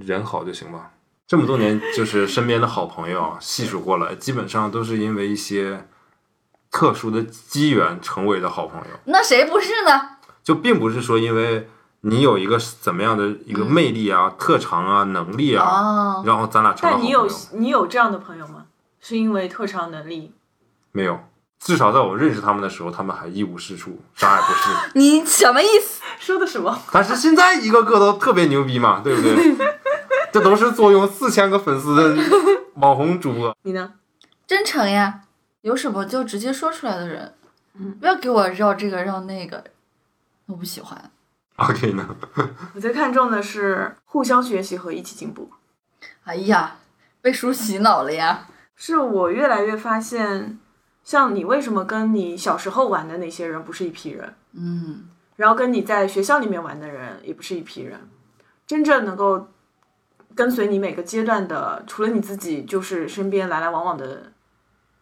S1: 人好就行吧。这么多年，就是身边的好朋友啊，细数过来，基本上都是因为一些特殊的机缘成为的好朋友，
S3: 那谁不是呢？
S1: 就并不是说因为你有一个怎么样的一
S2: 嗯
S1: 个魅力啊、特长啊、能力啊，
S3: 哦，
S1: 然后咱俩成了
S2: 但
S1: 好
S2: 你
S1: 朋
S2: 有
S1: 友。
S2: 你有这样的朋友吗？是因为特长能力？
S1: 没有，至少在我认识他们的时候，他们还一无是处，啥也不是。
S3: 你什么意思？
S2: 说的什么？
S1: 但是现在一个个都特别牛逼嘛，对不对？这都是坐拥四千个粉丝的网红主播。
S2: 你呢？
S3: 真诚呀，有什么就直接说出来的人，不要给我绕这个绕那个，我不喜欢。
S1: OK 呢？
S2: 我最看重的是互相学习和一起进步。
S3: 哎呀，被叔洗脑了呀！
S2: 是我越来越发现，像你为什么跟你小时候玩的那些人不是一批人，
S3: 嗯，
S2: 然后跟你在学校里面玩的人也不是一批人，真正能够跟随你每个阶段的，除了你自己，就是身边来来往往的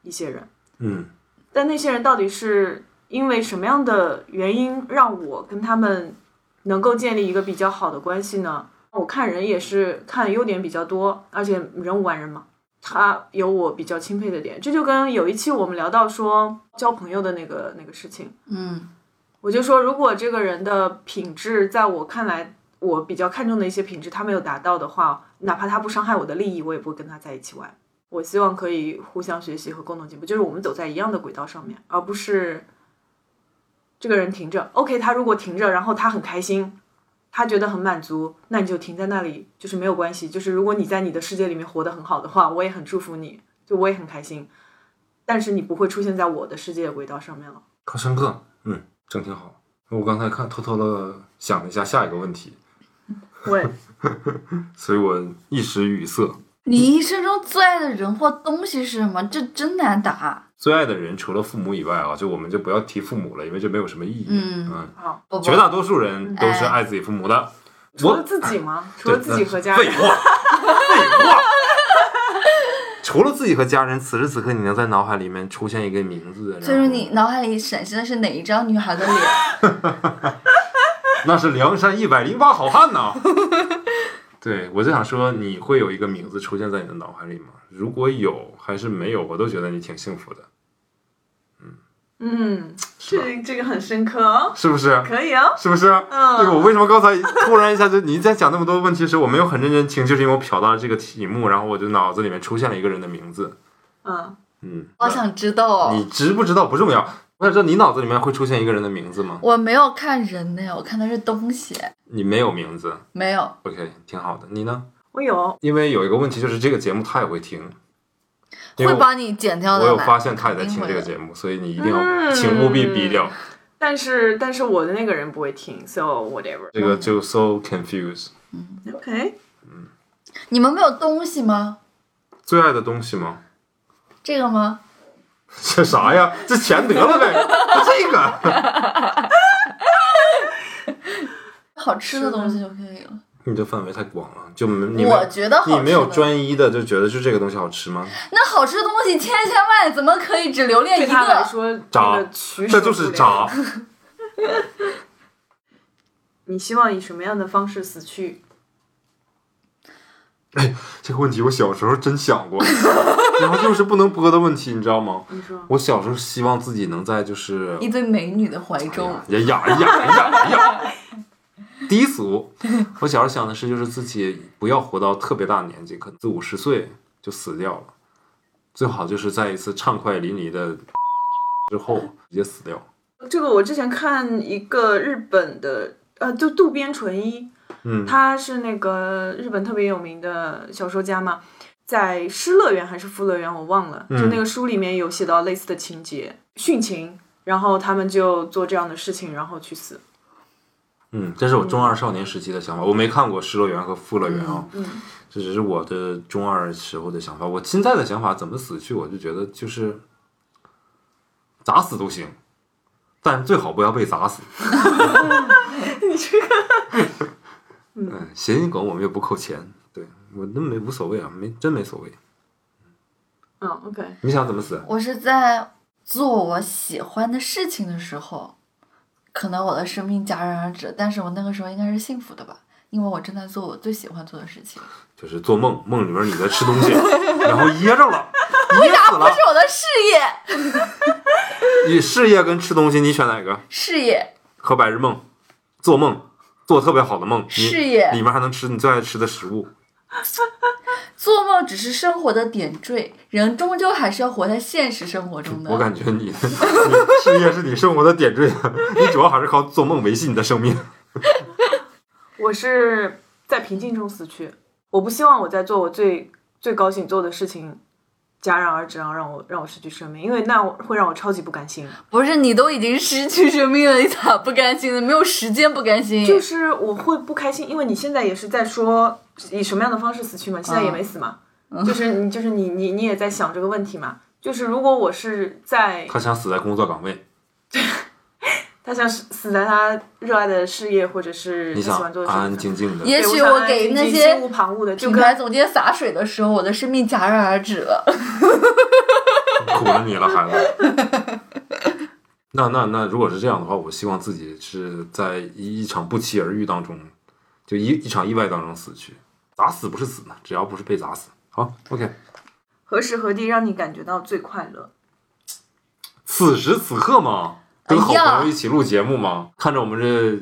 S2: 一些人。
S1: 嗯，
S2: 但那些人到底是因为什么样的原因让我跟他们能够建立一个比较好的关系呢？我看人也是看优点比较多，而且人无完人嘛，他有我比较钦佩的点。这就跟有一期我们聊到说交朋友的那个那个事情，
S3: 嗯，
S2: 我就说如果这个人的品质在我看来我比较看重的一些品质他没有达到的话，哪怕他不伤害我的利益，我也不会跟他在一起玩。我希望可以互相学习和共同进步，就是我们走在一样的轨道上面，而不是这个人停着。OK，他如果停着，然后他很开心，他觉得很满足，那你就停在那里，就是没有关系。就是如果你在你的世界里面活得很好的话，我也很祝福你，就我也很开心。但是你不会出现在我的世界轨道上面了。
S1: 好深刻。嗯，整挺好。我刚才看偷偷的想了一下下一个问题，
S2: 喂，
S1: 所以我一时语塞。
S3: 你一生中最爱的人或东西是什么？这真难答。
S1: 最爱的人除了父母以外啊，就我们就不要提父母了，因为这没有什么意义。
S3: 嗯
S2: 好，
S3: 宝宝
S1: 绝大多数人都是爱自己父母的。
S2: 除
S1: 我啊
S2: 了自己吗？除了自己和家
S1: 废
S2: 人
S1: 话，，废话。除了自己和家人，此时此刻你能在脑海里面出现一个名字，然后
S3: 就是你脑海里闪现的是哪一张女孩的脸？
S1: 那是梁山一百零八好汉呐。 对，我就想说，你会有一个名字出现在你的脑海里吗？如果有还是没有，我都觉得你挺幸福的，
S2: 嗯，
S1: 是吧？
S2: 这这个很深刻哦，
S1: 是不是？
S2: 可以哦。
S1: 是不是？
S2: 嗯
S1: 对，我为什么刚才突然一下就你在讲那么多问题时，我没有很认真听，就是因为我瞟到了这个题目，然后我就脑子里面出现了一个人的名字。
S2: 嗯，
S1: 嗯，
S3: 好想知道
S1: 你
S3: 哦。
S1: 知不知道不重要，我想知道你脑子里面会出现一个人的名字吗？
S3: 我没有看人呢，我看的是东西。
S1: 你没有名字
S3: 没有，
S1: ，OK，挺好的。你呢？
S2: 我有，
S1: 因为有一个问题就是这个节目他也会听，因为
S3: 会
S1: 我
S3: 把你剪掉的
S1: 我
S3: 吧。
S1: 有发现他也在听这
S3: 肯定
S1: 个
S3: 会的
S1: 节目，所以你一定要，请务必逼掉。
S2: 但是但是我的那个人不会听，so whatever。
S1: 这个
S3: 嗯
S1: 就 so confused。
S2: OK，
S3: 你们没有东西吗？
S1: 最爱的东西吗？
S3: 这个吗？
S1: 这啥呀？这钱得了呗，这个。
S3: 好吃的东西就可以了。
S1: 你的范围太广了，就没你没
S3: 我觉得好吃
S1: 你
S3: 的
S1: 没有专一的就觉得就这个东西好吃吗？
S3: 那好吃的东西千千万，怎么可以只留恋一
S2: 对他来
S3: 个？
S2: 说，
S1: 渣
S2: 那个取
S1: 这
S2: 舍不
S1: 就是
S2: 了
S1: 渣。
S2: 你希望以什么样的方式死去？
S1: 这个问题我小时候真想过， 然后就是不能播的问题，你知道吗？
S2: 你说
S1: 我小时候希望自己能在就是
S3: 一堆美女的怀中，
S1: 哎呀哎呀哎呀哎呀，低俗。我小时候想的是，就是自己不要活到特别大年纪，可能四五十岁就死掉了，最好就是在一次畅快淋漓的之后直接死掉。
S2: 这个，我之前看一个日本的，呃，就渡边淳一，
S1: 嗯，
S2: 他是那个日本特别有名的小说家嘛，在《失乐园》还是《富乐园》，我忘了，就那个书里面有写到类似的情节，殉情，然后他们就做这样的事情，然后去死。
S1: 嗯，这是我中二少年时期的想法。我没看过《失乐园》和《富乐园》啊，这只是我的中二时候的想法。我现在的想法怎么死去，我就觉得就是砸死都行，但最好不要被砸死。你这个，嗯，谐音梗我们又不扣钱，对我那没无所谓啊，没真没所谓。
S2: 嗯，OK，
S1: 你想怎么死？啊
S3: 我是在做我喜欢的事情的时候，可能我的生命戛然而止，但是我那个时候应该是幸福的吧，因为我正在做我最喜欢做的事情。
S1: 就是做梦，梦里面你在吃东西，然后噎着了，噎死
S3: 啊不
S1: 了
S3: 是。我的事业，
S1: 你事业跟吃东西，你选哪个？
S3: 事业，
S1: 和白日梦，做梦，做特别好的梦，你
S3: 事业
S1: 里面还能吃你最爱吃的食物。
S3: 做梦只是生活的点缀，人终究还是要活在现实生活中的。
S1: 我感觉你 你事业是你生活的点缀，啊你主要还是靠做梦维系你的生命。
S2: 我是在平静中死去，我不希望我在做我最最高兴做的事情戛然而止，然后让我让我失去生命，因为那我会让我超级不甘心。
S3: 不是你都已经失去生命了，你咋不甘心呢？没有时间不甘心。
S2: 就是我会不开心，因为你现在也是在说以什么样的方式死去嘛，
S1: 嗯
S2: 现在也没死嘛，就是你就是你你你也在想这个问题嘛。就是如果我是在
S1: 他想死在工作岗位，
S2: 他想死死在他热爱的事业或者是
S1: 你
S2: 他喜
S1: 想
S2: 欢做的
S1: 安
S2: 事
S1: 安
S2: 情上，
S1: 静静的。
S3: 也许
S2: 对
S3: 我
S2: 想
S3: 给
S2: 安
S3: 那
S2: 静
S3: 些
S2: 心无旁骛的，就
S3: 品
S2: 跟
S3: 牌总监洒水的时候，我的生命戛然而止了。
S1: 苦了你了，孩子。那那那，如果是这样的话，我希望自己是在一一场不期而遇当中，就一一场意外当中死去。咋死不是死呢？只要不是被砸死。好，OK。
S2: 何时何地让你感觉到最快乐？
S1: 此时此刻嘛，跟好朋友一起录节目嘛，看着我们这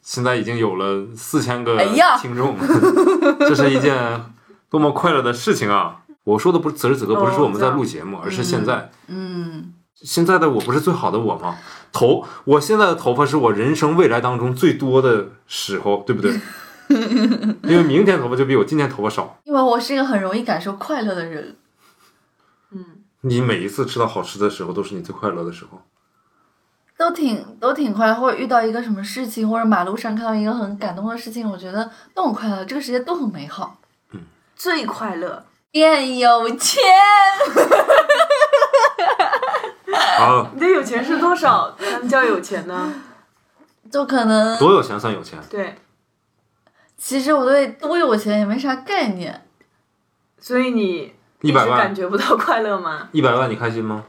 S1: 现在已经有了四千个
S3: 哎呀
S1: 听众， 这是一件多么快乐的事情啊！我说的不是此时此刻，不是说我们在录节目，而是现在。
S3: 嗯，
S1: 现在的我不是最好的我吗？头，我现在的头发是我人生未来当中最多的时候，对不对？因为明天头发就比我今天头发少。
S3: 因为我是一个很容易感受快乐的人。
S2: 嗯，
S1: 你每一次吃到好吃的时候，都是你最快乐的时候。
S3: 都挺都挺快乐，或者遇到一个什么事情，或者马路上看到一个很感动的事情，我觉得都很快乐，这个世界都很美好。
S2: 最快乐，
S3: 变有钱，
S1: 好，
S2: 你的有钱是多 少？咱们叫有钱呢？
S3: 就可能
S1: 多有钱算有钱？
S2: 对，
S3: 其实我对多有钱也没啥概念，
S2: 所以你
S1: 一
S2: 一
S1: 百
S2: 直感
S1: 万，
S2: 觉不到快乐吗？
S1: 一百万，你开心吗？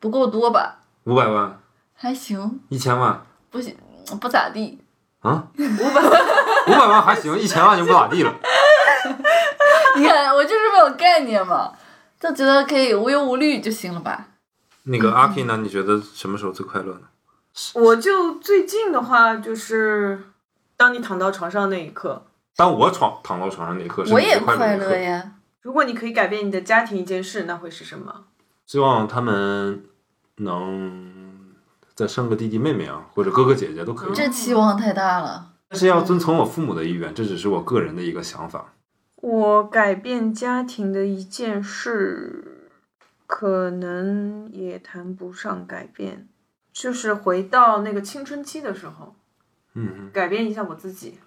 S3: 不够多吧，
S1: 五百万、
S3: 还行，
S1: 一千万
S3: 不行不咋地。
S1: 啊？五百五百万还 行，一千万就不咋地了。
S3: 你看，我就是没有概念嘛，就觉得可以无忧无虑就行了吧。
S1: 那个阿 K 呢？你觉得什么时候最快乐呢？
S2: 我就最近的话，就是当你躺到床上那一刻，
S1: 当我床躺到床上那一刻，是
S3: 我
S1: 你
S3: 也
S1: 最快
S3: 快
S1: 乐的一
S3: 乐
S1: 刻。
S3: 呀，
S2: 如果你可以改变你的家庭一件事，那会是什么？
S1: 希望他们能再生个弟弟妹妹啊，或者哥哥姐姐都可以。
S3: 这期望太大了。
S1: 但是要遵从我父母的意愿，这只是我个人的一个想法。
S2: 我改变家庭的一件事，可能也谈不上改变，就是回到那个青春期的时候，
S1: 嗯，
S2: 改变一下我自己。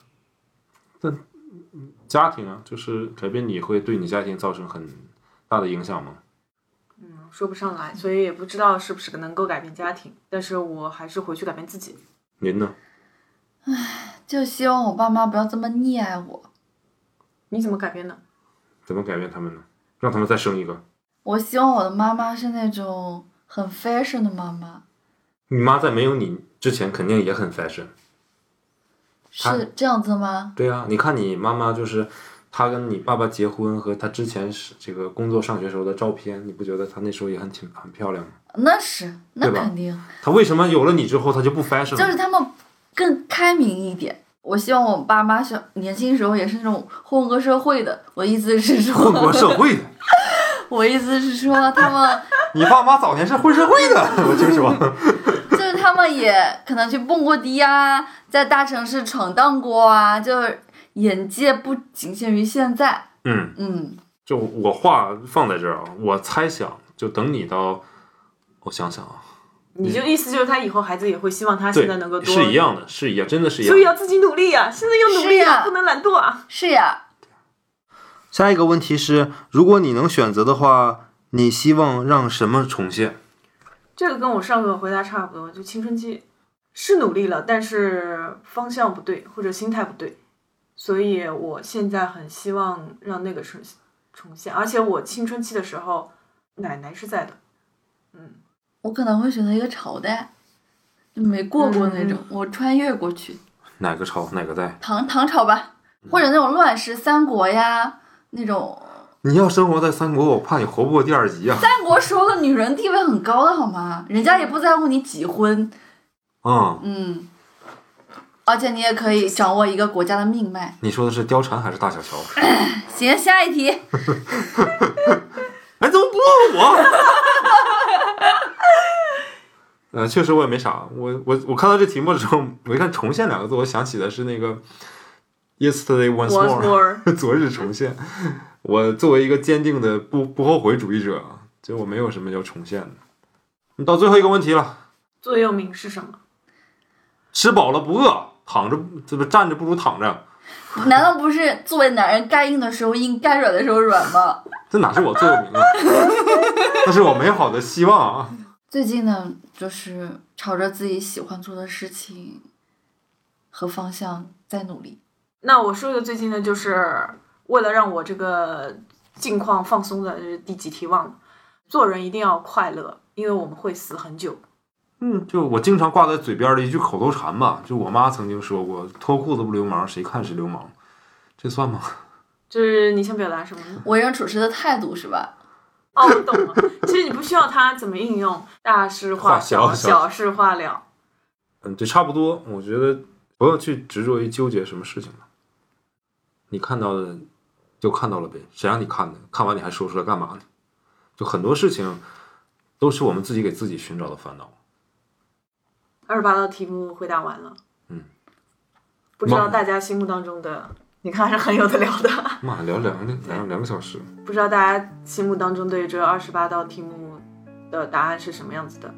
S1: 家庭啊，就是改变你会对你家庭造成很大的影响吗？
S2: 嗯，说不上来，所以也不知道是不是能够改变家庭，但是我还是回去改变自己。
S1: 您呢？
S3: 就希望我爸妈不要这么溺爱我。
S2: 你怎么改变的？
S1: 怎么改变他们呢？让他们再生一个。
S3: 我希望我的妈妈是那种很 fashion 的妈妈，
S1: 你妈在没有你之前肯定也很 fashion。她
S3: 是这样子吗？
S1: 对啊，你看你妈妈就是，她跟你爸爸结婚和她之前是这个工作上学时候的照片，你不觉得她那时候也很挺很漂亮吗？
S3: 那是，那
S1: 对吧
S3: 肯定，
S1: 她为什么有了你之后她就不 fashion
S3: 就是
S1: 了？
S3: 他们更开明一点。我希望我爸妈小年轻时候也是那种混过社会的。我意思 是
S1: 混过
S3: 说，
S1: 社会的，
S3: 我意思是说，他们
S1: 你爸妈早年是混社会的，我听说。
S3: 就是他们也可能去蹦过迪啊，在大城市闯荡过啊，就是眼界不仅限于现在。
S1: 嗯，
S3: 嗯，
S1: 就我话放在这儿啊，我猜想，就等你到，我想想啊，
S2: 你就意思就是他以后孩子也会希望他
S1: 对
S2: 现在能够，多
S1: 是一，样的，是一样，真的是一样
S2: 所以。要自己努力呀、现在要努力
S3: 是
S2: 啊，
S3: 呀
S2: 不能懒惰啊。
S3: 是呀，
S1: 下一个问题是，如果你能选择的话，你希望让什么重现？
S2: 这个跟我上个回答差不多，就青春期是努力了，但是方向不对或者心态不对，所以我现在很希望让那个重重现。而且我青春期的时候，奶奶是在的，嗯，
S3: 我可能会选择一个朝代，就没过过那种，我穿越过去，
S1: 哪个朝哪个代？
S3: 唐唐朝吧，或者那种乱世，三国呀那种。
S1: 你要生活在三国，我怕你活不过第二集啊！
S3: 三国时候的女人地位很高的好吗？人家也不在乎你几婚，
S1: 嗯，
S3: 嗯，而且你也可以掌握一个国家的命脉。
S1: 你说的是貂蝉还是大小乔？
S3: 行，下一题。
S1: 哎，怎么不问我？ 呃，确实我也没啥。我我我看到这题目的时候，我一看“重现”两个字，我想起的是那个 “yesterday once
S2: Once
S1: more”，昨 日重现。我作为一个坚定的不不后悔主义者，啊就我没有什么要重现的。你到最后一个问题了，
S2: 座右铭是什么？
S1: 吃饱了不饿，躺着这不站着不如躺着。
S3: 难道不是作为男人该硬的时候硬，该软的时候软吗？
S1: 这哪是我座右铭啊？ 那是我美好的希望啊！
S3: 最近呢，就是朝着自己喜欢做的事情和方向在努力。
S2: 那我说一个最近的，就是为了让我这个境况放松的，就是第几题忘了。做人一定要快乐，因为我们会死很久。
S1: 嗯，就我经常挂在嘴边的一句口头禅吧，就我妈曾经说过：“脱裤子不流氓，谁看谁流氓。”这算吗？
S2: 就是你想表达什么呢？
S3: 为人处事的态度是吧？
S2: 哦，我懂了。其实你不需要它怎么应用，大事化
S1: 化小小
S2: 小事化了。
S1: 嗯，对，差不多。我觉得不要去执着于纠结什么事情了。你看到的就看到了呗，谁让你看的？看完你还说出来干嘛呢？就很多事情都是我们自己给自己寻找的烦恼。
S2: 二十八道题目回答完了，
S1: 嗯，
S2: 不知道
S1: 妈
S2: 大家心目当中的，你看还是很有的聊的。
S1: 妈，聊两个两两个小时，
S2: 不知道大家心目当中对这二十八道题目的答案是什么样子的？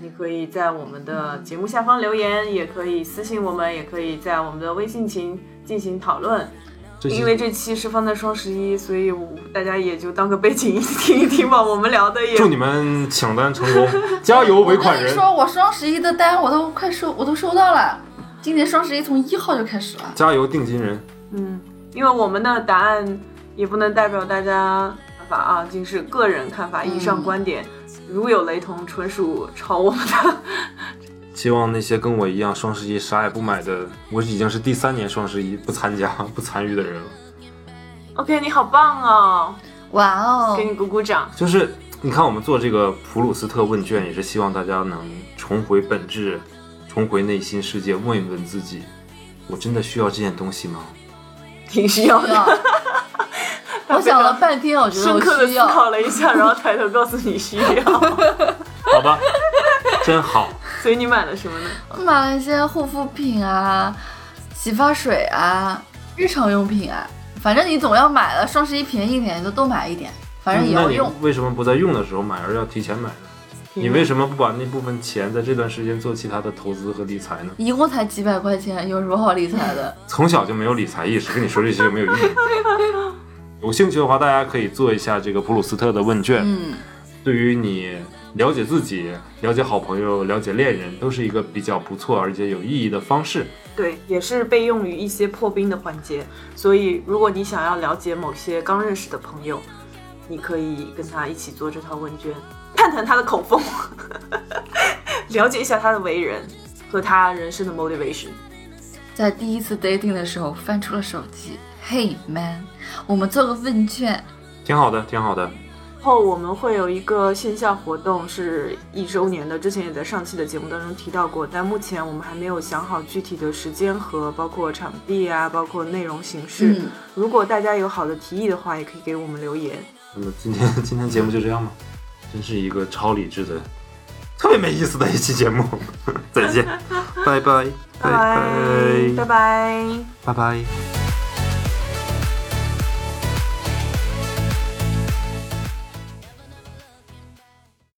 S2: 你可以在我们的节目下方留言，也可以私信我们，也可以在我们的微信群进行讨论。
S1: 这期
S2: 因为这期是放在双十一，所以我大家也就当个背景音听一听吧。我们聊的也
S1: 祝你们抢单成功，加油，尾
S3: 我
S1: 款
S3: 跟你
S1: 人，
S3: 说，我双十一的单我都快收，我都收到了。今年双十一从一号就开始了。
S1: 加油，定金人。
S2: 嗯，因为我们的答案也不能代表大家看法啊，仅是个人看
S3: 嗯
S2: 法，以上观点、如有雷同，纯属抄我们的。
S1: 希望那些跟我一样双十一啥也不买的，我已经是第三年双十一不参加、 不参与的人了。
S2: OK，你好棒哦，
S3: 哇哦
S2: 给！你鼓鼓掌。
S1: 就是你看，我们做这个普鲁斯特问卷，也是希望大家能重回本质，重回内心世界，问一问自己：我真的需要这件东西吗？
S2: 挺需要的。
S3: 我 想了半天，我觉得
S2: 深刻
S3: 我
S2: 的
S3: 需
S2: 思
S3: 要。
S2: 考了一下，然后抬头告诉你需要，
S1: 好吧，真好。
S2: 所以你买了什么呢？
S3: 买了一些护肤品啊、洗发水啊、日常用品啊，反正你总要买了。双十一便宜一点，你就多买一点，反嗯正也
S1: 那
S3: 要
S1: 你
S3: 用。
S1: 为什么不在用的时候买，而要提前买呢？你为什么不把那部分钱在这段时间做其他的投资和理财呢？
S3: 一共才几百块钱，有什么好理财的？
S1: 从小就没有理财意识，跟你说这些没有用。有兴趣的话，大家可以做一下这个普鲁斯特的问卷，
S3: 嗯，
S1: 对于你了解自己、了解好朋友、了解恋人，都是一个比较不错而且有意义的方式。
S2: 对，也是被用于一些破冰的环节。所以，如果你想要了解某些刚认识的朋友，你可以跟他一起做这套问卷，探探他的口风， 了解一下他的为人和他人生的 motivation。
S3: 在第一次 dating 的时候翻出了手机，Hey man，我们做个问卷，
S5: 挺好的，挺好的。
S2: 后我们会有一个线下活动，是一周年的，之前也在上期的节目当中提到过，但目前我们还没有想好具体的时间和包括场地啊，包括内容形式。
S3: 嗯
S2: 如果大家有好的提议的话，也可以给我们留言。
S1: 那么今天今天节目就这样吧，真是一个超理智的、特别没意思的一期节目。再见，拜拜，拜
S2: 拜拜。
S1: 拜拜。